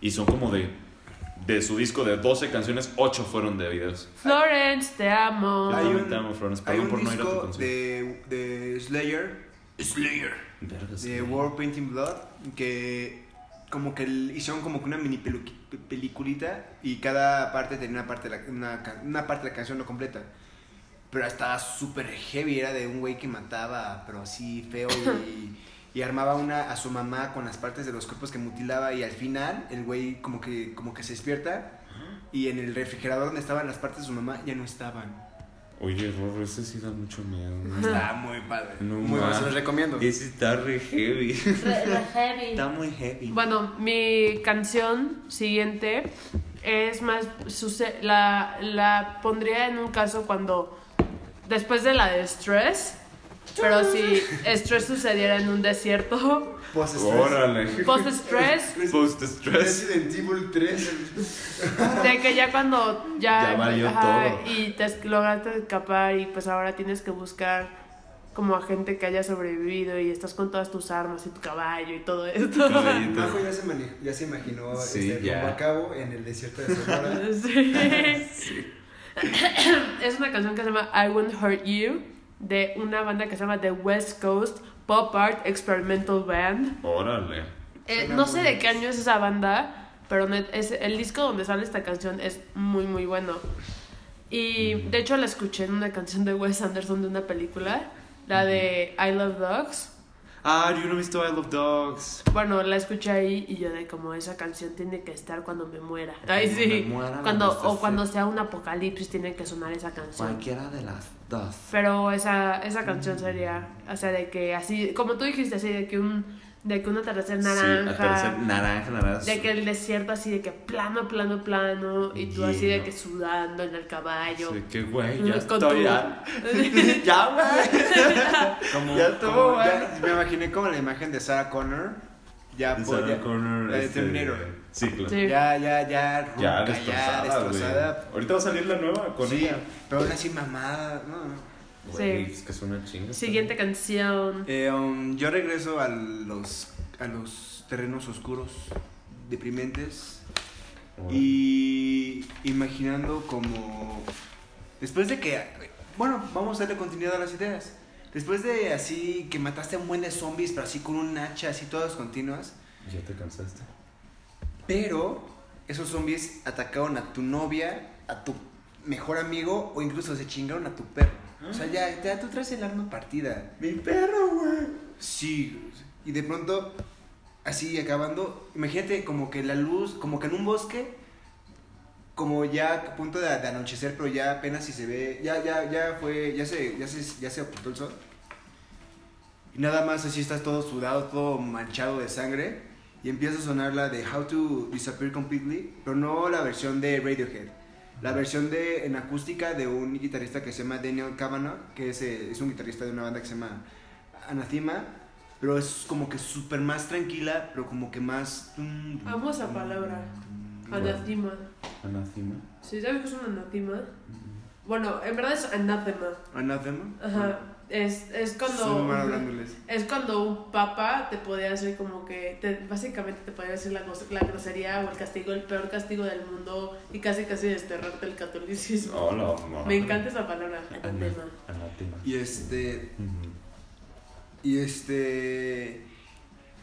Speaker 2: Y son como de. De su disco de 12 canciones, 8 fueron de videos.
Speaker 3: Florence, te amo.
Speaker 4: Hay un,
Speaker 2: Te amo, Florence.
Speaker 4: hay
Speaker 2: Perdón
Speaker 4: un
Speaker 2: por no ir a tu
Speaker 4: disco
Speaker 2: concierto.
Speaker 4: de, de Slayer. Slayer.
Speaker 2: Vergas,
Speaker 4: De
Speaker 2: güey.
Speaker 4: War Painting Blood. Que como que el- hicieron como que una mini pelu- pe- peliculita. Y cada parte tenía una parte, de la, una, ca- una parte de la canción no completa. Pero estaba súper heavy. Era de un güey que mataba, pero así feo. Y, y armaba una a su mamá con las partes de los cuerpos que mutilaba. Y al final, el güey como que, como que se despierta. Y en el refrigerador donde estaban las partes de su mamá ya no estaban.
Speaker 2: Oye, Rorro, ese sí da mucho miedo. ¿no?
Speaker 4: Está Ah, muy padre.
Speaker 2: No
Speaker 4: muy bueno,
Speaker 2: más.
Speaker 4: se los recomiendo.
Speaker 2: Ese está re heavy.
Speaker 6: Está muy heavy.
Speaker 3: Bueno, mi canción siguiente es más. suce- La, la pondría en un caso cuando. Después de la de Stress. Pero si Stress sucediera en un desierto.
Speaker 4: Post-stress.
Speaker 2: Órale.
Speaker 3: Post-Stress.
Speaker 2: Post stress.
Speaker 4: Resident Evil 3.
Speaker 3: De que ya cuando ya,
Speaker 2: Ya valió todo.
Speaker 3: y te es- lograste escapar y pues ahora tienes que buscar como a gente que haya sobrevivido y estás con todas tus armas y tu caballo y todo esto.
Speaker 2: Caballito.
Speaker 4: Majo ya se, mane- ya se imaginó
Speaker 2: Sí,
Speaker 4: este
Speaker 2: ya.
Speaker 4: rumbo a cabo en el desierto de Sonora.
Speaker 3: Sí. es una canción que se llama I Won't Hurt You de una banda que se llama The West Coast Pop Art Experimental Band.
Speaker 2: Órale.
Speaker 3: Eh,
Speaker 4: Suena
Speaker 3: no sé
Speaker 4: muy
Speaker 3: de
Speaker 4: bien.
Speaker 3: qué año es esa banda, pero net- es, el disco donde sale esta canción es muy, muy bueno. Y
Speaker 2: Mm.
Speaker 3: de hecho la escuché en una canción de Wes Anderson de una película, la de I Love Dogs.
Speaker 2: Ah, yo no he visto I Love Dogs.
Speaker 3: Bueno, la escuché ahí y yo de como esa canción tiene que estar cuando me muera. Ay,
Speaker 6: Cuando
Speaker 3: sí.
Speaker 6: me muera, la
Speaker 3: cuando,
Speaker 6: necesito.
Speaker 3: o cuando sea un apocalipsis tiene que sonar esa canción.
Speaker 6: Cualquiera de las dos.
Speaker 3: Pero esa, esa
Speaker 2: Mm.
Speaker 3: canción sería, o sea, de que así, como tú dijiste, así, de que un, de que un atardecer naranja.
Speaker 2: Sí, atardecer naranja, naranja.
Speaker 3: De que el desierto así de que plano, plano, plano, y tú así de que sudando en el caballo. Mm,
Speaker 2: Sí, que güey, ya
Speaker 3: Con
Speaker 2: estoy.
Speaker 3: tu- Ah.
Speaker 2: ya. ya, güey.
Speaker 4: Como,
Speaker 2: Ya estuvo,
Speaker 4: como-
Speaker 2: güey.
Speaker 4: ya Me imaginé como la imagen de Sarah Connor. Ya,
Speaker 2: De
Speaker 4: po-
Speaker 2: Sarah
Speaker 4: ya-
Speaker 2: Connor,
Speaker 4: la de
Speaker 2: este,
Speaker 4: Terminator.
Speaker 2: Sí, claro.
Speaker 3: Sí.
Speaker 4: Ya, ya, ya, ruca,
Speaker 2: Ah, Ya destrozada,
Speaker 4: destrozada.
Speaker 2: güey. Ahorita va a salir la nueva con
Speaker 4: Sí,
Speaker 2: ella.
Speaker 4: pero aún así mamada. No, no.
Speaker 2: Güey,
Speaker 3: Sí.
Speaker 2: es que es una chinga.
Speaker 3: Siguiente canción.
Speaker 4: Eh, um, yo regreso a los, a los terrenos oscuros, deprimentes.
Speaker 2: Órale.
Speaker 4: Y imaginando como... Después de que... Bueno, vamos a darle continuidad a las ideas. Después de así que mataste a un buen de zombies, pero así con un hacha, así todas continuas.
Speaker 2: Ya te cansaste.
Speaker 4: Pero esos zombies atacaron a tu novia, a tu mejor amigo o incluso se chingaron a tu perro. O sea, ya, ya tú traes el arma partida.
Speaker 2: Mi perro, güey.
Speaker 4: Sí, y de pronto, así acabando, imagínate como que la luz, como que en un bosque, como ya a punto de, de anochecer, pero ya apenas si se ve, ya, ya, ya fue, ya se, ya se, ya se ocultó el sol. Y nada más así estás todo sudado, todo manchado de sangre. Y empieza a sonar la de How to Disappear Completely, pero no la versión de Radiohead. La versión de, en acústica de un guitarrista que se llama Daniel Kavanagh, que es, eh, es un guitarrista de una banda que se llama Anathema, pero es como que súper más tranquila, pero como que más...
Speaker 3: Amo esa palabra. Anatema.
Speaker 2: Anacima.
Speaker 3: ¿Sí sabes qué es un anatema? Bueno, en verdad es anátema.
Speaker 4: Anathema.
Speaker 3: Ajá. Es, es
Speaker 4: Soy malo
Speaker 3: cuando.
Speaker 4: hablando inglés.
Speaker 3: Es cuando un papa te podía hacer como que. te- básicamente te podía hacer la, gos- la grosería o el castigo, el peor castigo del mundo y casi casi desterrarte el catolicismo.
Speaker 2: Hola,
Speaker 3: Me encanta esa palabra, anatema.
Speaker 2: Anacima.
Speaker 4: Y este... Y este.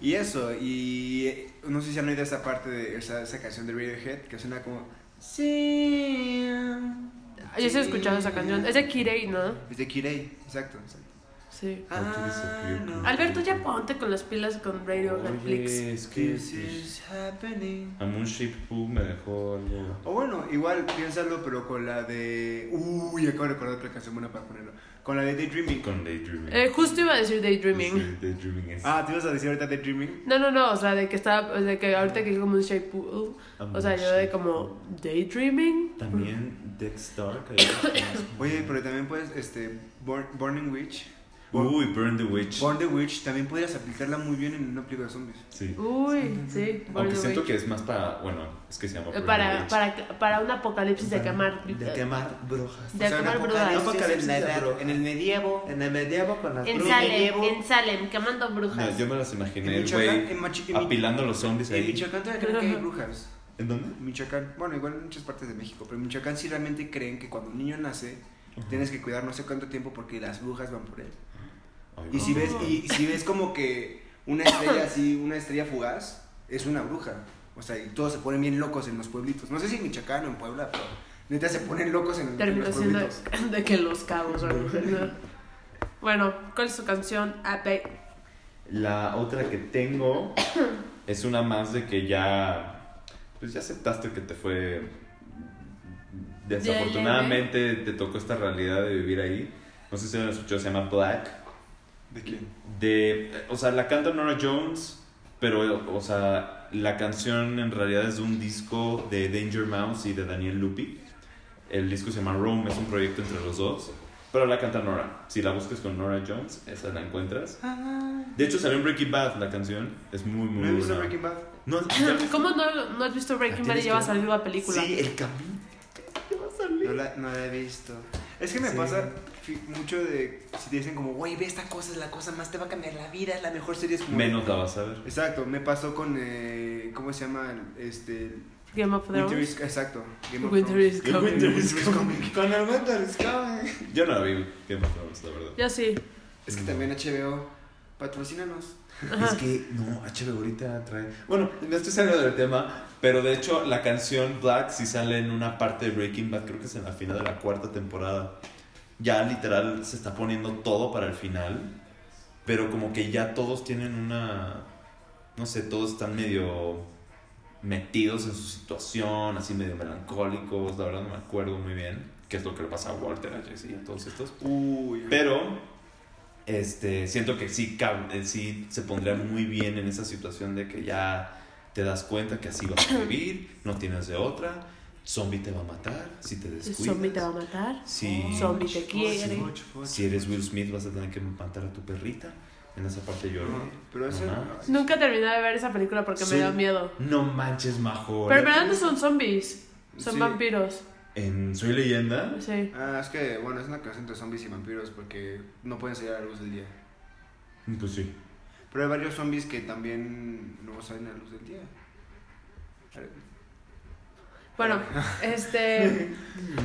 Speaker 4: Y eso, y eh, no sé si han oído esa parte de esa, esa canción de Radiohead que suena como. Sí.
Speaker 3: Ah, Yo sí he escuchado esa canción. Es de Kirei, ¿no?
Speaker 4: Es de Kirei, exacto. exacto.
Speaker 3: Sí.
Speaker 2: How to
Speaker 4: Ah,
Speaker 2: disappear completely.
Speaker 3: Alberto, ya ponte con las pilas con Radio Netflix.
Speaker 2: Oye, es que pues,
Speaker 4: This is happening.
Speaker 2: a Moonship Poo me dejó algo.
Speaker 4: O bueno, igual piénsalo, pero con la de. Uy, acabo de recordar otra canción buena para ponerlo. Con la de Daydreaming.
Speaker 2: Con Daydreaming.
Speaker 3: Eh, justo iba a decir Daydreaming.
Speaker 2: Sí, Daydreaming es.
Speaker 4: Ah, ¿te ibas a decir ahorita Daydreaming?
Speaker 3: No, no, no, o sea, de que estaba, o sea, de que ahorita que digo como un shape pool, o sea, yo de como daydreaming.
Speaker 2: También Dexter.
Speaker 4: Oye, pero también puedes, este. Born, Burning Witch.
Speaker 2: Uy, Burn the Witch.
Speaker 4: Born the Witch, también podrías aplicarla muy bien en una película de zombies.
Speaker 2: Sí.
Speaker 3: Uy, sí, Born
Speaker 2: Aunque
Speaker 3: the
Speaker 2: siento
Speaker 3: Witch.
Speaker 2: que es más para. Bueno, es que se llama
Speaker 3: Eh,
Speaker 2: Burn the
Speaker 3: para,
Speaker 2: Witch.
Speaker 3: para, para un apocalipsis de quemar,
Speaker 5: De
Speaker 3: de
Speaker 5: quemar brujas.
Speaker 4: O sea, un
Speaker 3: quemar
Speaker 4: apocalipsis.
Speaker 3: brujas.
Speaker 4: Apocalipsis
Speaker 5: En la
Speaker 4: de
Speaker 5: edad-
Speaker 4: brujas.
Speaker 5: En el medievo. En el medievo con las
Speaker 3: En
Speaker 5: brujas.
Speaker 3: Salem, en Salem, quemando brujas.
Speaker 2: No, yo me los imaginé,
Speaker 4: En
Speaker 2: el
Speaker 4: Michoacán,
Speaker 2: güey.
Speaker 4: en Machi- en Mich-
Speaker 2: Apilando a los zombies
Speaker 4: En
Speaker 2: ahí.
Speaker 4: Michoacán todavía creen que hay brujas.
Speaker 2: ¿En dónde?
Speaker 4: En Michoacán, bueno, igual en muchas partes de México, pero en Michoacán sí realmente creen que cuando un niño nace tienes que cuidar no sé cuánto tiempo porque las brujas van por él.
Speaker 2: Ay,
Speaker 4: Y si
Speaker 2: no.
Speaker 4: ves y, y si ves como que una estrella así, una estrella fugaz, es una bruja. O sea, y todos se ponen bien locos en los pueblitos. No sé si en Michoacán o en Puebla, pero neta se ponen locos en, en
Speaker 3: Terminó
Speaker 4: los
Speaker 3: siendo
Speaker 4: pueblitos.
Speaker 3: de que los cabos. o algo así, ¿no? Bueno, ¿cuál es su canción? Ape.
Speaker 2: La otra que tengo es una más de que ya. Pues ya aceptaste que te fue. Desafortunadamente te tocó esta realidad de vivir ahí. No sé si lo escuchó, se llama Black.
Speaker 4: ¿De quién?
Speaker 2: De. O sea, la canta Nora Jones, pero, o sea, la canción en realidad es de un disco de Danger Mouse y de Daniel Lupi. El disco se llama Rome, es un proyecto entre los dos. Pero la canta Nora. Si la buscas con Nora Jones, esa la encuentras. De hecho, salió en Breaking Bad la canción. Es muy, muy
Speaker 4: ¿No he visto
Speaker 2: buena.
Speaker 4: Breaking Bad?
Speaker 2: No, ya ves-
Speaker 3: ¿Cómo no, no has visto Breaking Bad y
Speaker 2: Tienes
Speaker 3: llevas
Speaker 2: que-
Speaker 3: a salir la película?
Speaker 2: Sí, el camino.
Speaker 4: No la, no la he visto. Es que me
Speaker 2: Sí.
Speaker 4: pasa fi- mucho de. Si te dicen como, güey, ve esta cosa, es la cosa más, te va a cambiar la vida, es la mejor serie. Es como.
Speaker 2: Menos la vas a ver.
Speaker 4: Exacto, me pasó con. eh, ¿Cómo se llama? Este.
Speaker 3: Game of
Speaker 4: Winter
Speaker 3: Thrones.
Speaker 4: is. Exacto. Game of
Speaker 3: Winter
Speaker 4: Thrones.
Speaker 3: is coming.
Speaker 4: Winter is coming.
Speaker 5: Con el Winter is coming.
Speaker 2: Yo no la vi Game of Thrones, la verdad.
Speaker 3: Ya sí.
Speaker 4: Es que también HBO. Patrocínanos.
Speaker 2: Es que, no, HBO ahorita trae. Bueno, me estoy saliendo del tema, pero de hecho, la canción Black sí sale en una parte de Breaking Bad, creo que es en la final de la cuarta temporada. Ya literal se está poniendo todo para el final, pero como que ya todos tienen una. No sé, todos están medio metidos en su situación, así medio melancólicos, la verdad no me acuerdo muy bien qué es lo que le pasa a Walter, a Jesse y a todos estos.
Speaker 4: Uy.
Speaker 2: Pero este, siento que sí, cab- eh, sí se pondría muy bien en esa situación de que ya te das cuenta que así vas a vivir, no tienes de otra, zombie te va a matar si te
Speaker 3: El zombie te va a
Speaker 2: descuidas.
Speaker 3: matar.
Speaker 2: Si,
Speaker 3: Zombie te quiere.
Speaker 4: Ocho, ocho, ocho.
Speaker 2: si eres Will Smith vas a tener que matar a tu perrita. En esa parte lloro.
Speaker 4: No, pero eso.
Speaker 2: Ajá.
Speaker 3: Nunca terminé de ver esa película porque
Speaker 2: Sí.
Speaker 3: me dio miedo.
Speaker 2: No manches, Majo.
Speaker 3: Pero en verdad no son zombies, son
Speaker 4: Sí.
Speaker 3: vampiros.
Speaker 2: En Soy Leyenda.
Speaker 3: Sí.
Speaker 4: Ah, es que, bueno, es una canción entre zombies y vampiros porque no pueden salir a la luz del día.
Speaker 2: Pues sí.
Speaker 4: Pero hay varios zombies que también no salen a la luz del día.
Speaker 3: Bueno, este.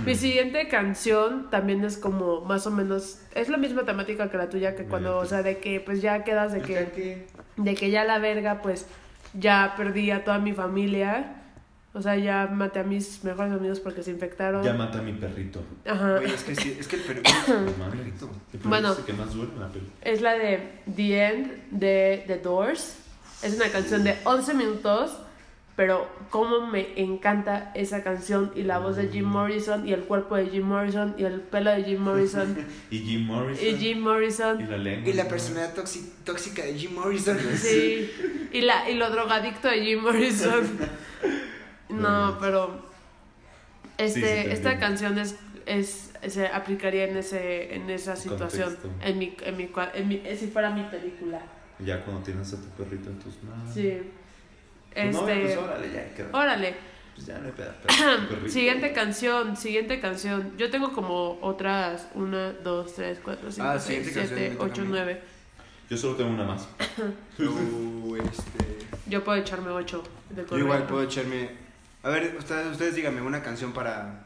Speaker 3: mi siguiente canción también es como más o menos. Es la misma temática que la tuya, que cuando, o sea, de que pues ya quedas de que. de que ya la verga, pues ya perdí a toda mi familia. O sea, ya maté a mis mejores amigos porque se infectaron.
Speaker 2: Ya mata a mi perrito.
Speaker 3: Ajá.
Speaker 4: Oye, es que sí, es que el perro.
Speaker 2: No mames.
Speaker 4: Perrito.
Speaker 2: El perrito
Speaker 3: Bueno.
Speaker 2: es el que más duele en la peli.
Speaker 3: Es la de The End de The Doors. Es una canción de 11 minutos Pero cómo me encanta esa canción y la voz de Jim Morrison y el cuerpo de Jim Morrison y el pelo de Jim Morrison
Speaker 2: Y Jim Morrison.
Speaker 3: y Jim Morrison.
Speaker 2: Y la lengua.
Speaker 4: Y la personalidad tóxi- tóxica de Jim Morrison.
Speaker 3: Sí. Y, la, y lo drogadicto de Jim Morrison. No, pero. Este,
Speaker 2: Sí, sí, te
Speaker 3: esta
Speaker 2: entiendo.
Speaker 3: canción es, es, se aplicaría en, ese, en esa situación.
Speaker 2: Contexto.
Speaker 3: En mi, en mi, cua- en mi- eh, si fuera mi película.
Speaker 2: Ya cuando tienes a tu perrito en tus manos.
Speaker 3: Sí.
Speaker 2: Tu novia,
Speaker 3: Este.
Speaker 2: Ah. pues órale, ya, que-
Speaker 3: Órale.
Speaker 2: pues ya no hay pedo, pero tu perrito.
Speaker 3: Siguiente canción, siguiente canción. Yo tengo como otras: 1, 2, 3, 4, 5,
Speaker 4: Ah,
Speaker 3: 6,
Speaker 4: siguiente canción,
Speaker 3: 7,
Speaker 4: me toca
Speaker 3: 8,
Speaker 4: a mí.
Speaker 3: 9.
Speaker 2: Yo solo tengo una más.
Speaker 4: Tú, este...
Speaker 3: Yo puedo echarme 8 del
Speaker 4: Yo igual
Speaker 3: corrido.
Speaker 4: puedo echarme. A ver, ustedes, ustedes díganme una canción para.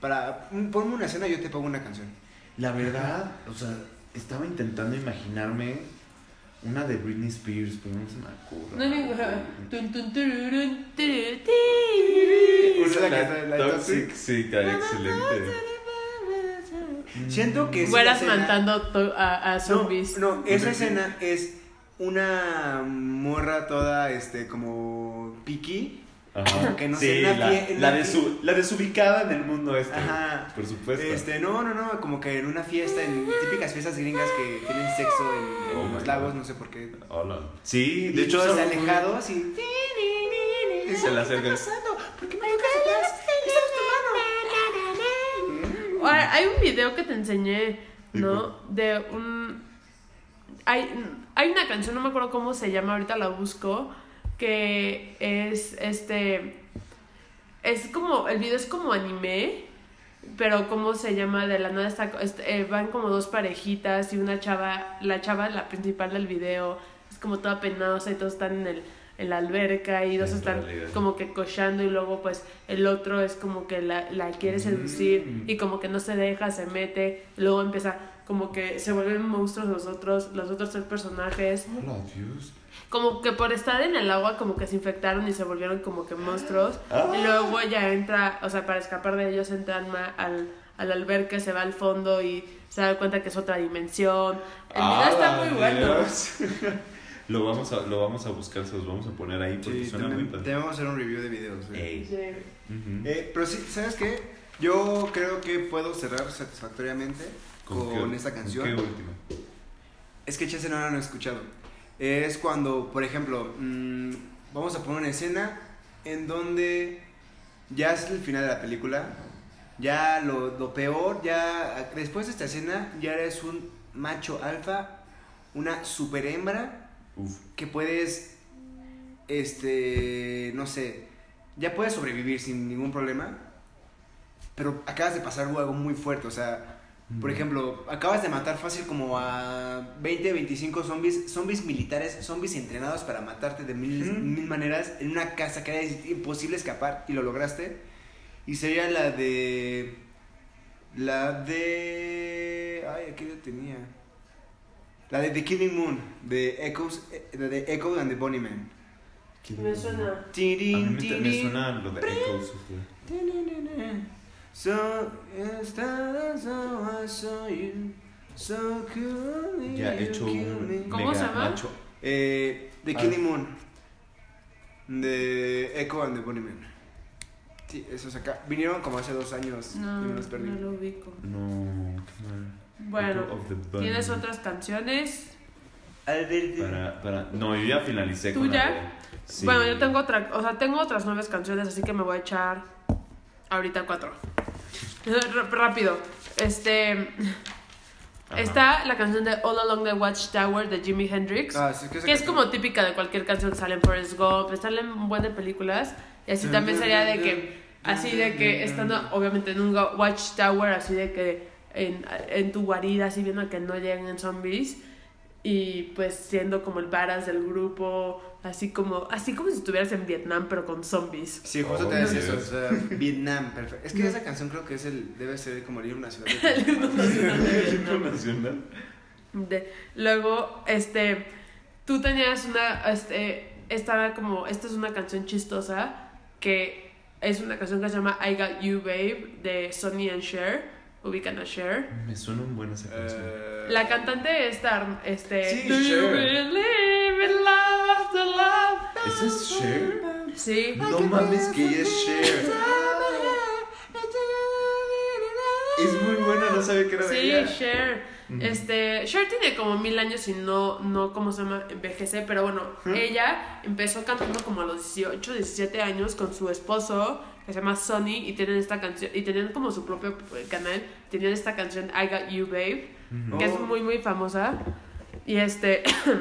Speaker 4: Para. mm, Ponme una escena y yo te pongo una canción.
Speaker 2: La verdad, o sea, estaba intentando imaginarme una de Britney Spears, pero no se me ocurre.
Speaker 3: No ninguna. Tun, tun, tururun, tururu, ti.
Speaker 4: Una de la que está- la de Toxic.
Speaker 2: Tóxica, excelente.
Speaker 4: Siento que. esa
Speaker 3: Güeras
Speaker 4: escena-
Speaker 3: mandando to- a, a zombies.
Speaker 4: No, no, esa escena es una morra toda, este, como. piqui.
Speaker 2: Ajá.
Speaker 4: Que no
Speaker 2: sí,
Speaker 4: sé, en la
Speaker 2: la,
Speaker 4: fie- en
Speaker 2: la
Speaker 4: la
Speaker 2: de
Speaker 4: fie-
Speaker 2: su, la desubicada en el mundo este.
Speaker 4: Ajá.
Speaker 2: Por supuesto.
Speaker 4: Este, no, no, no, como que en una fiesta, en típicas fiestas gringas que tienen sexo en, en
Speaker 2: Oh
Speaker 4: los
Speaker 2: my
Speaker 4: lagos,
Speaker 2: God.
Speaker 4: no sé por qué.
Speaker 2: Hola. Sí, de
Speaker 4: Y
Speaker 2: hecho.
Speaker 4: se alejados así.
Speaker 2: Y se la acerca. Mm.
Speaker 3: Ahora, hay un video que te enseñé,
Speaker 2: Sí,
Speaker 3: ¿no? De un. Hay, hay una canción, no me acuerdo cómo se llama, ahorita la busco. Que es este. Es como. El video es como anime. Pero cómo se llama de la nada está, este, eh, van como dos parejitas y una chava, la chava la principal del video es como toda penosa y todos están en el en la alberca y dos
Speaker 2: En
Speaker 3: están
Speaker 2: realidad.
Speaker 3: como que cochando y luego pues el otro es como que la, la quiere seducir
Speaker 2: Mm.
Speaker 3: y como que no se deja, se mete, luego empieza como que se vuelven monstruos los otros, los otros tres personajes,
Speaker 2: Hola, Dios.
Speaker 3: como que por estar en el agua como que se infectaron y se volvieron como que monstruos.
Speaker 2: Ah.
Speaker 3: Y luego ya entra, o sea, para escapar de ellos entran ma- al, al alberca, se va al fondo y se da cuenta que es otra dimensión. El video
Speaker 2: Ah,
Speaker 3: está muy bueno.
Speaker 2: Dios. lo, vamos a, lo vamos a buscar, se los vamos a poner ahí porque
Speaker 4: Sí,
Speaker 2: suena muy
Speaker 4: también-
Speaker 2: padre.
Speaker 4: te vamos a hacer un review de videos. ¿eh?
Speaker 2: Ey.
Speaker 3: Sí.
Speaker 2: Ujú.
Speaker 4: Eh, pero sí, ¿sabes qué? Yo creo que puedo cerrar satisfactoriamente con,
Speaker 2: qué-
Speaker 4: esta
Speaker 2: con
Speaker 4: canción.
Speaker 2: qué última?
Speaker 4: Es que Chance no la han escuchado. Es cuando, por ejemplo, mm, vamos a poner una escena en donde ya es el final de la película. Ya lo, lo peor, ya después de esta escena, ya eres un macho alfa, una super hembra
Speaker 2: Uf.
Speaker 4: que puedes, este, no sé, ya puedes sobrevivir sin ningún problema, pero acabas de pasar algo muy fuerte, o sea, por ejemplo, acabas de matar fácil como a 20, 25 zombies, zombies militares, zombies entrenados para matarte de mil, mil maneras en una casa que era imposible escapar y lo lograste, y sería la de... La de... Ay, aquí lo tenía. La de The Killing Moon, de Echoes, eh, de, de Echo and the Bunny Man.
Speaker 3: Me suena.
Speaker 2: A mí
Speaker 4: Tirin,
Speaker 2: me, me
Speaker 4: tirin,
Speaker 2: suena lo de Echoes of the-
Speaker 4: tirinene. So, instead, so I saw you, so could
Speaker 2: Ya he
Speaker 4: you
Speaker 2: hecho
Speaker 4: kill
Speaker 2: un
Speaker 4: me.
Speaker 3: ¿Cómo
Speaker 2: mega
Speaker 3: se llama?
Speaker 2: macho.
Speaker 4: Eh, The
Speaker 2: Ah.
Speaker 4: Killing Moon, de Echo and the Bunny Man. Sí, eso es acá. Vinieron como hace dos años
Speaker 3: No,
Speaker 4: y me los perdí.
Speaker 3: no lo ubico.
Speaker 2: No, qué mal. Echo
Speaker 3: Bueno,
Speaker 2: of the Bunny.
Speaker 3: ¿tienes otras canciones?
Speaker 2: Para, para... No, yo ya finalicé
Speaker 3: ¿Tú
Speaker 2: con la
Speaker 3: ya?
Speaker 2: de- Sí.
Speaker 3: Bueno, yo tengo otra, o sea, tengo otras nueve canciones, así que me voy a echar ahorita cuatro. R- rápido. Este
Speaker 2: Ajá.
Speaker 3: está la canción de All Along the Watchtower de Jimi Hendrix,
Speaker 4: Ah, sí, que esa
Speaker 3: que es
Speaker 4: canción-
Speaker 3: como típica de cualquier canción, sale en Forrest Gump, sale en buenas películas, y así también sería de que así de que estando obviamente en un go- watchtower, así de que en, en tu guarida, así viendo que no lleguen zombies y pues siendo como el varas del grupo, así como así como si estuvieras en Vietnam pero con zombies.
Speaker 4: Sí, justo
Speaker 2: Oh,
Speaker 4: te decía
Speaker 2: Dios.
Speaker 4: eso. o sea, Vietnam, perfecto. Es que esa canción creo que es el, debe ser como el himno nacional. de
Speaker 3: El himno nacional de
Speaker 2: El himno
Speaker 3: Vietnam.
Speaker 2: nacional.
Speaker 3: De- luego, este, tú tenías una, este, esta era como, esta es una canción chistosa que es una canción que se llama I Got You Babe de Sonny and Cher, ubican a Cher.
Speaker 2: Me suena un buen esa canción.
Speaker 4: Eh,
Speaker 3: La cantante es Dar- este.
Speaker 4: Sí,
Speaker 3: Do you
Speaker 4: Cher.
Speaker 3: believe in love after love?
Speaker 2: ¿Esa es Cher?
Speaker 3: Sí.
Speaker 2: No mames que ya es Cher. Es muy buena, no sabía que era de
Speaker 3: Sí,
Speaker 2: ella.
Speaker 3: Cher. Este, Cher tiene como mil años y no, no, ¿cómo se llama? Envejece, pero bueno, ella empezó cantando como a los 18, 17 años con su esposo, que se llama Sonny, y tienen esta canción, y tenían como su propio eh, canal, tenían esta canción I Got You Babe, que es
Speaker 4: Oh.
Speaker 3: muy, muy famosa. Y este,
Speaker 4: Oh,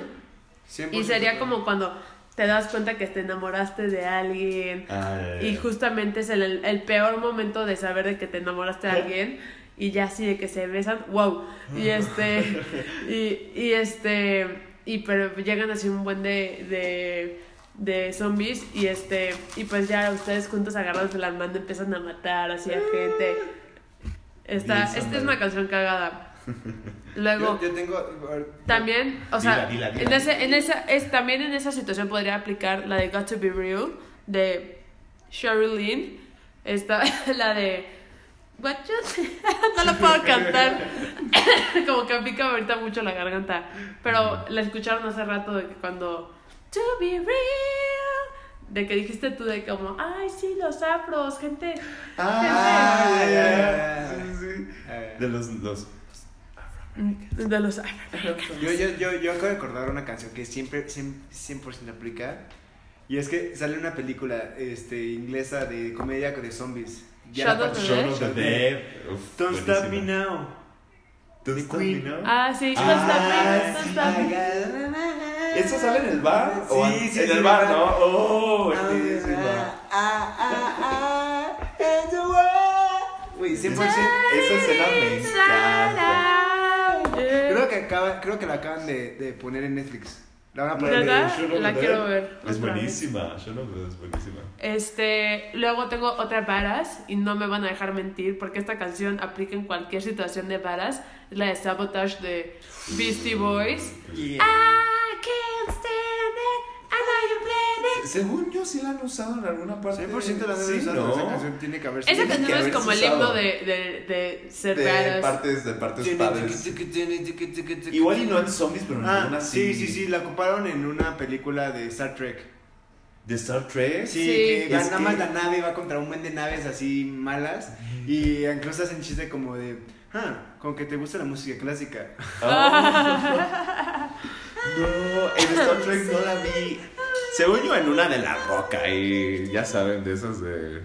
Speaker 3: y sería como cuando te das cuenta que te enamoraste de alguien,
Speaker 2: Ay.
Speaker 3: y justamente es el, el peor momento de saber de que te enamoraste de alguien y ya así de que se besan, wow. Y este, y, y este, y pero llegan así un buen de, de, de zombies y este, y pues ya ustedes juntos agarrándose las manos empiezan a matar así a gente. Esta, esta
Speaker 2: Bien, Sandra.
Speaker 3: es una canción cagada. Luego...
Speaker 4: Yo, yo tengo. a ver,
Speaker 3: También, o sea,
Speaker 2: Dila, dila, dila.
Speaker 3: en ese- en esa, es, también en esa situación podría aplicar la de Got to Be Real de Sheryl Lynn. Esta, la de. What you- no la puedo cantar. Como que pica ahorita mucho la garganta. Pero la escucharon hace rato de que cuando. To be real. De que dijiste tú de como. Ay, sí, los afros, gente.
Speaker 2: Ah,
Speaker 4: Ay,
Speaker 2: ya,
Speaker 4: ay, ay.
Speaker 2: sí, sí.
Speaker 4: eh,
Speaker 2: De los, los.
Speaker 3: De los afros.
Speaker 4: Yo, yo, yo, yo acabo de acordar una canción que siempre, siem- 100% aplica. Y es que sale una película este, inglesa de comedia de zombies. Ya
Speaker 3: Shaun
Speaker 4: la
Speaker 3: of
Speaker 4: pa-
Speaker 3: the
Speaker 2: Shaun of the
Speaker 4: Dead.
Speaker 2: Dead. Uf,
Speaker 4: Don't stop me
Speaker 2: buenísima.
Speaker 4: now.
Speaker 2: Don't
Speaker 4: The
Speaker 2: stop me
Speaker 4: Queen.
Speaker 2: now.
Speaker 3: Ah, sí.
Speaker 2: Ah,
Speaker 3: constantly,
Speaker 2: sí,
Speaker 3: constantly.
Speaker 2: ¿Eso sale
Speaker 4: Ah,
Speaker 2: en el bar? ¿O
Speaker 4: Sí,
Speaker 2: an-
Speaker 4: sí,
Speaker 2: En
Speaker 4: sí,
Speaker 2: el bar,
Speaker 4: en el
Speaker 2: ¿no?
Speaker 4: bar.
Speaker 2: Oh, sí, sí, no.
Speaker 4: ah, Güey, 100%.
Speaker 2: Esa escena me encanta.
Speaker 4: Creo que, acaba, creo que la acaban de, de poner en Netflix. La van a poner.
Speaker 3: ¿Verdad?
Speaker 2: Shaun of
Speaker 3: La
Speaker 2: the
Speaker 3: quiero
Speaker 2: Dead.
Speaker 3: ver
Speaker 2: Es
Speaker 3: otra
Speaker 2: buenísima. Shaun of the Dead es buenísima.
Speaker 3: Este, luego tengo otra varas y no me van a dejar mentir porque esta canción aplica en cualquier situación de varas. Es la de Sabotage de Beastie Boys. I can't stand it, I know you played it.
Speaker 2: Según yo, sí la han usado en alguna parte.
Speaker 4: 100% la
Speaker 2: Sí,
Speaker 4: deben usar,
Speaker 2: ¿no?
Speaker 4: Esa canción tiene que haber
Speaker 3: Esa
Speaker 2: que
Speaker 3: canción es
Speaker 2: haberse
Speaker 3: como el
Speaker 2: usado.
Speaker 3: himno de, de, de ser
Speaker 2: De
Speaker 3: varas.
Speaker 2: partes, de partes padres. Igual y no en zombies, pero en
Speaker 4: Ah,
Speaker 2: alguna
Speaker 4: sí, sí, sí, la ocuparon en una película de Star Trek.
Speaker 2: ¿De Star Trek?
Speaker 4: Sí,
Speaker 3: Sí.
Speaker 4: que va-
Speaker 2: Es
Speaker 4: nada
Speaker 2: que-
Speaker 4: más la nave va contra un buen de naves así malas y incluso hacen chiste como de, ah, como que te gusta la música clásica.
Speaker 2: Ah. no, en Star Trek no la vi. Según yo, en una de la roca y ya saben, de esas de.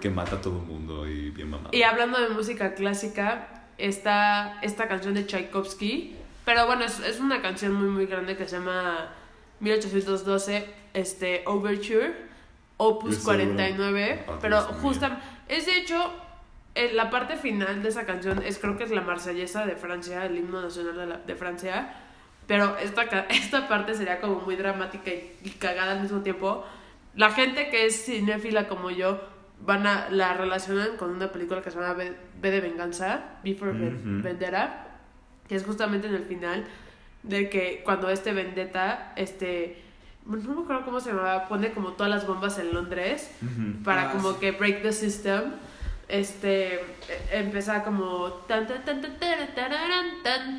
Speaker 2: que mata a todo el mundo y bien mamado.
Speaker 3: Y hablando de música clásica, está esta canción de Tchaikovsky. Pero bueno, es, es una canción muy, muy grande que se llama 1812 este, Overture, Opus
Speaker 2: Yo seguro.
Speaker 3: 49.
Speaker 2: Ah,
Speaker 3: Pero
Speaker 2: Dios mío.
Speaker 3: justa, es de hecho, eh, la parte final de esa canción es creo que es la marsellesa de Francia, el himno nacional de, la- de Francia. Pero esta, ca- esta parte sería como muy dramática y, y cagada al mismo tiempo. La gente que es cinéfila como yo van a, la relacionan con una película que se llama B, B de Venganza, Before
Speaker 2: Ujú.
Speaker 3: Vendetta, que es justamente en el final de que cuando este Vendetta, este, no me acuerdo cómo se llamaba, pone como todas las bombas en Londres
Speaker 2: Ujú.
Speaker 3: para
Speaker 4: Ah,
Speaker 3: como
Speaker 4: sí.
Speaker 3: que break the system. Este e- empezaba como tan tan tan tan tan tararán, tan tan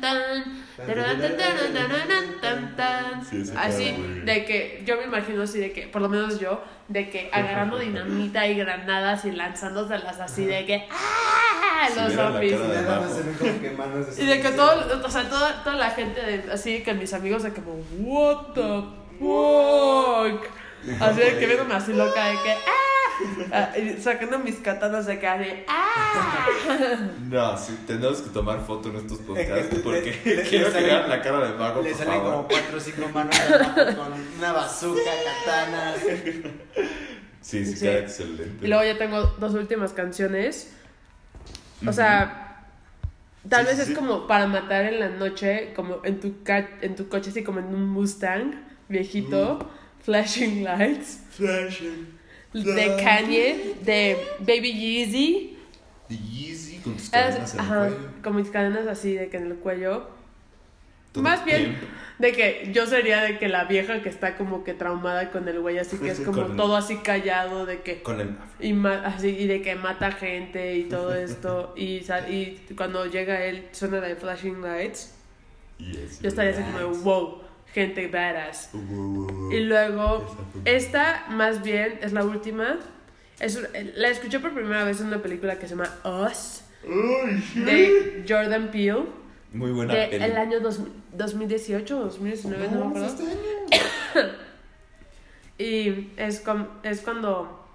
Speaker 3: tararán, tan tararán, tararán, tan tan
Speaker 2: Sí, ese
Speaker 3: así
Speaker 2: cara, güey.
Speaker 3: de que yo me imagino así de que por lo menos yo de que agarrando dinamita y granadas y lanzándoselas así de que ah los
Speaker 2: Si viera la
Speaker 3: zombies
Speaker 2: cara de
Speaker 4: Nada más
Speaker 2: Bajo.
Speaker 4: se ven como que manos de
Speaker 3: y de que todo, o sea, toda, toda la gente, de- así que mis amigos, de como, what the fuck. Así de que viéndome así loca, de que, ah, Ah, y sacando mis katanas de que, de, ah.
Speaker 2: No, sí, tenemos que tomar foto en estos podcasts porque
Speaker 4: Le- le-
Speaker 2: quiero
Speaker 4: Eh,
Speaker 2: que
Speaker 4: le salen-
Speaker 2: vean la cara de Mago,
Speaker 4: Le
Speaker 2: por
Speaker 4: salen
Speaker 2: favor.
Speaker 4: como cuatro o cinco manos abajo con una bazooka, katanas.
Speaker 2: Sí, sí,
Speaker 3: Sí.
Speaker 2: queda excelente.
Speaker 3: Y luego ya tengo dos últimas canciones. O sea, tal
Speaker 2: Sí,
Speaker 3: vez
Speaker 2: sí,
Speaker 3: es
Speaker 2: sí.
Speaker 3: como para matar en la noche, como en tu, ca- en tu coche, así como en un Mustang viejito, flashing lights.
Speaker 2: Flashing. Ah.
Speaker 3: de Kanye, de Baby Yeezy.
Speaker 2: The Yeezy con tus cadenas
Speaker 3: Es-
Speaker 2: en el
Speaker 3: Ah, ajá,
Speaker 2: cuello.
Speaker 3: con mis cadenas así de que en el cuello.
Speaker 2: Todo
Speaker 3: Más bien,
Speaker 2: pimp.
Speaker 3: de que yo sería de que la vieja que está como que traumada con el güey, así que es como
Speaker 2: Con-
Speaker 3: todo así callado, de que.
Speaker 2: Con el afro.
Speaker 3: Y, ma- así, y de que mata gente y todo esto. Y, sa- y cuando llega él, suena la de Flashing Lights.
Speaker 2: Yes,
Speaker 3: Yo estaría así
Speaker 2: yes.
Speaker 3: como, de, wow, gente badass. Y luego, esta más bien es la última. Es, un- eh, la escuché por primera vez en una película que se llama Us, de Jordan Peele,
Speaker 2: Muy buena
Speaker 3: del
Speaker 2: peli.
Speaker 3: año dos- 2018 o 2019, no, me acuerdo.
Speaker 2: este
Speaker 3: Y es, com- es cuando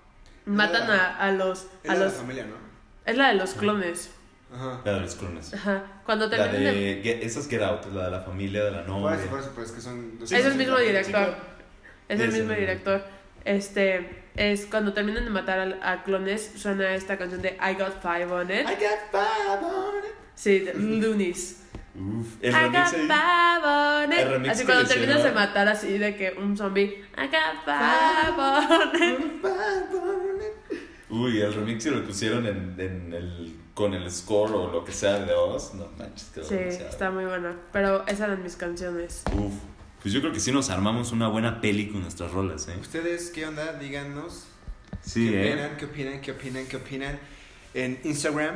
Speaker 3: matan a, a los...
Speaker 4: Es
Speaker 3: A
Speaker 4: la de la
Speaker 3: los
Speaker 4: familia, ¿no?
Speaker 3: es la de los clones.
Speaker 4: Ajá.
Speaker 2: La de los clones.
Speaker 3: Ajá. Cuando
Speaker 2: La
Speaker 3: terminan de...
Speaker 2: de. Get- esa es Get Out, la de la familia, de la
Speaker 4: Por
Speaker 2: novia.
Speaker 4: eso, por eso, pero es que son... dos-
Speaker 3: Es el mismo director. Es el
Speaker 2: Ese
Speaker 3: mismo
Speaker 2: mismo.
Speaker 3: director. Este es cuando terminan de matar al- a, clones suena esta canción de I Got Five on It. Sí, de Loonies.
Speaker 2: Uf,
Speaker 3: I
Speaker 2: el
Speaker 3: Got
Speaker 2: remix ahí.
Speaker 3: Five on
Speaker 2: el
Speaker 3: It.
Speaker 2: remix
Speaker 3: Así
Speaker 2: que
Speaker 3: cuando
Speaker 2: le
Speaker 3: terminas de
Speaker 2: hicieron.
Speaker 3: matar así de que un zombie I Got Five on It.
Speaker 2: Uy, el remix que lo pusieron en, en el, con el score o lo que sea de Oz. No manches, quedó
Speaker 3: Sí,
Speaker 2: demasiado.
Speaker 3: está muy buena. Pero esas eran mis canciones.
Speaker 2: Uf. Pues yo creo que sí nos armamos una buena peli con nuestras rolas, ¿eh?
Speaker 4: ¿Ustedes qué onda? Díganos.
Speaker 2: Sí,
Speaker 4: ¿Qué
Speaker 2: ¿eh?
Speaker 4: opinan? ¿Qué opinan? ¿Qué opinan? ¿Qué opinan? En Instagram.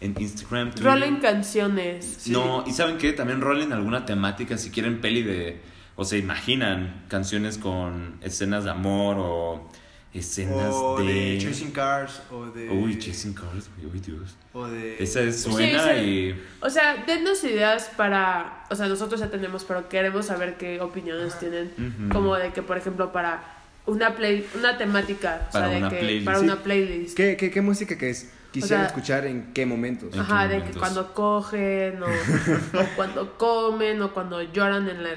Speaker 2: En Instagram. Twitter.
Speaker 3: Rollen canciones.
Speaker 4: Sí.
Speaker 2: No, y ¿saben qué? También rolen alguna temática si quieren peli de... O sea, imaginan canciones con escenas de amor o escenas
Speaker 4: O
Speaker 2: de...
Speaker 4: Oh, de Chasing Cars. Eh, O de...
Speaker 2: Uy, Chasing Cars, güey, uy, Dios.
Speaker 4: O de...
Speaker 2: Esa es
Speaker 3: Sí,
Speaker 2: buena
Speaker 3: sí.
Speaker 2: y...
Speaker 3: O sea, dennos ideas para. O sea, nosotros ya tenemos, pero queremos saber qué opiniones tienen.
Speaker 2: Ujú.
Speaker 3: Como de que, por ejemplo, para una play, una temática. o sea,
Speaker 2: Para
Speaker 3: de
Speaker 2: una
Speaker 3: que-
Speaker 2: playlist.
Speaker 3: Para
Speaker 2: Sí.
Speaker 3: una playlist.
Speaker 4: ¿Qué, qué, qué música que es? Quisiera
Speaker 3: sea-
Speaker 4: escuchar en qué momentos.
Speaker 2: ¿En qué
Speaker 3: Ajá, de que
Speaker 2: momentos?
Speaker 3: cuando cogen, o, o cuando comen, o cuando lloran en la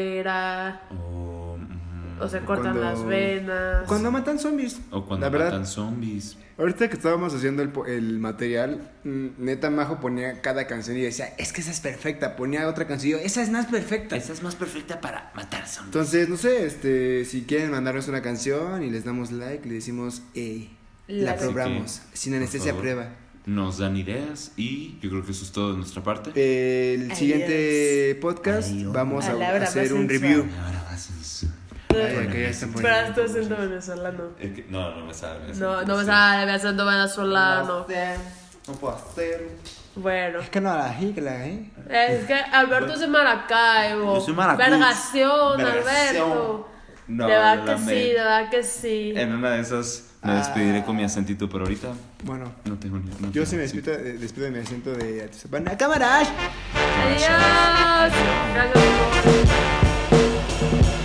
Speaker 3: regadera,
Speaker 2: O, mm,
Speaker 3: o se cortan
Speaker 4: cuando-
Speaker 3: las venas.
Speaker 4: Cuando matan zombies.
Speaker 2: o cuando
Speaker 4: La verdad,
Speaker 2: matan zombies.
Speaker 4: ahorita que estábamos haciendo el, po- el material, mm, neta Majo ponía cada canción y decía, es que esa es perfecta. Ponía otra canción y yo, esa es más perfecta.
Speaker 2: es más perfecta para matar zombies.
Speaker 4: Entonces, no sé, este, si quieren mandarnos una canción y les damos like, le decimos, "Ey, la
Speaker 3: Like.
Speaker 4: probamos,
Speaker 2: Así
Speaker 4: sin anestesia
Speaker 2: por favor.
Speaker 4: prueba.
Speaker 2: Nos dan ideas y yo creo que eso es todo de nuestra parte.
Speaker 4: El
Speaker 6: Adiós.
Speaker 4: siguiente podcast
Speaker 2: Adiós.
Speaker 4: vamos a,
Speaker 6: Palabra
Speaker 4: hacer
Speaker 6: más
Speaker 4: un
Speaker 6: sensual.
Speaker 4: review.
Speaker 2: Ahora vas en su-
Speaker 4: Ay, que ya están
Speaker 3: Pero
Speaker 4: poniendo.
Speaker 3: esto es siendo venezolano.
Speaker 2: Es que- No, no me sabe.
Speaker 3: No, no me sale haciendo venezolano.
Speaker 4: No puedo hacer.
Speaker 3: Bueno.
Speaker 4: Es que no la jigla, ¿eh?
Speaker 3: Es que Alberto es de Maracaibo.
Speaker 2: Yo soy maracucho.
Speaker 3: Vergación,
Speaker 2: Vergación.
Speaker 3: Alberto.
Speaker 2: No,
Speaker 3: de verdad
Speaker 2: no,
Speaker 3: que
Speaker 2: no, me-
Speaker 3: sí, de verdad que sí.
Speaker 2: En una de esas me
Speaker 4: Ah.
Speaker 2: despediré con mi acentito, pero ahorita
Speaker 4: Bueno,
Speaker 2: no tengo ni. no
Speaker 4: yo
Speaker 2: tengo
Speaker 4: sí me
Speaker 2: acento.
Speaker 4: despido, eh, despido de mi asiento de Atizapán. ¡Cámaras!
Speaker 3: Adiós. Gracias.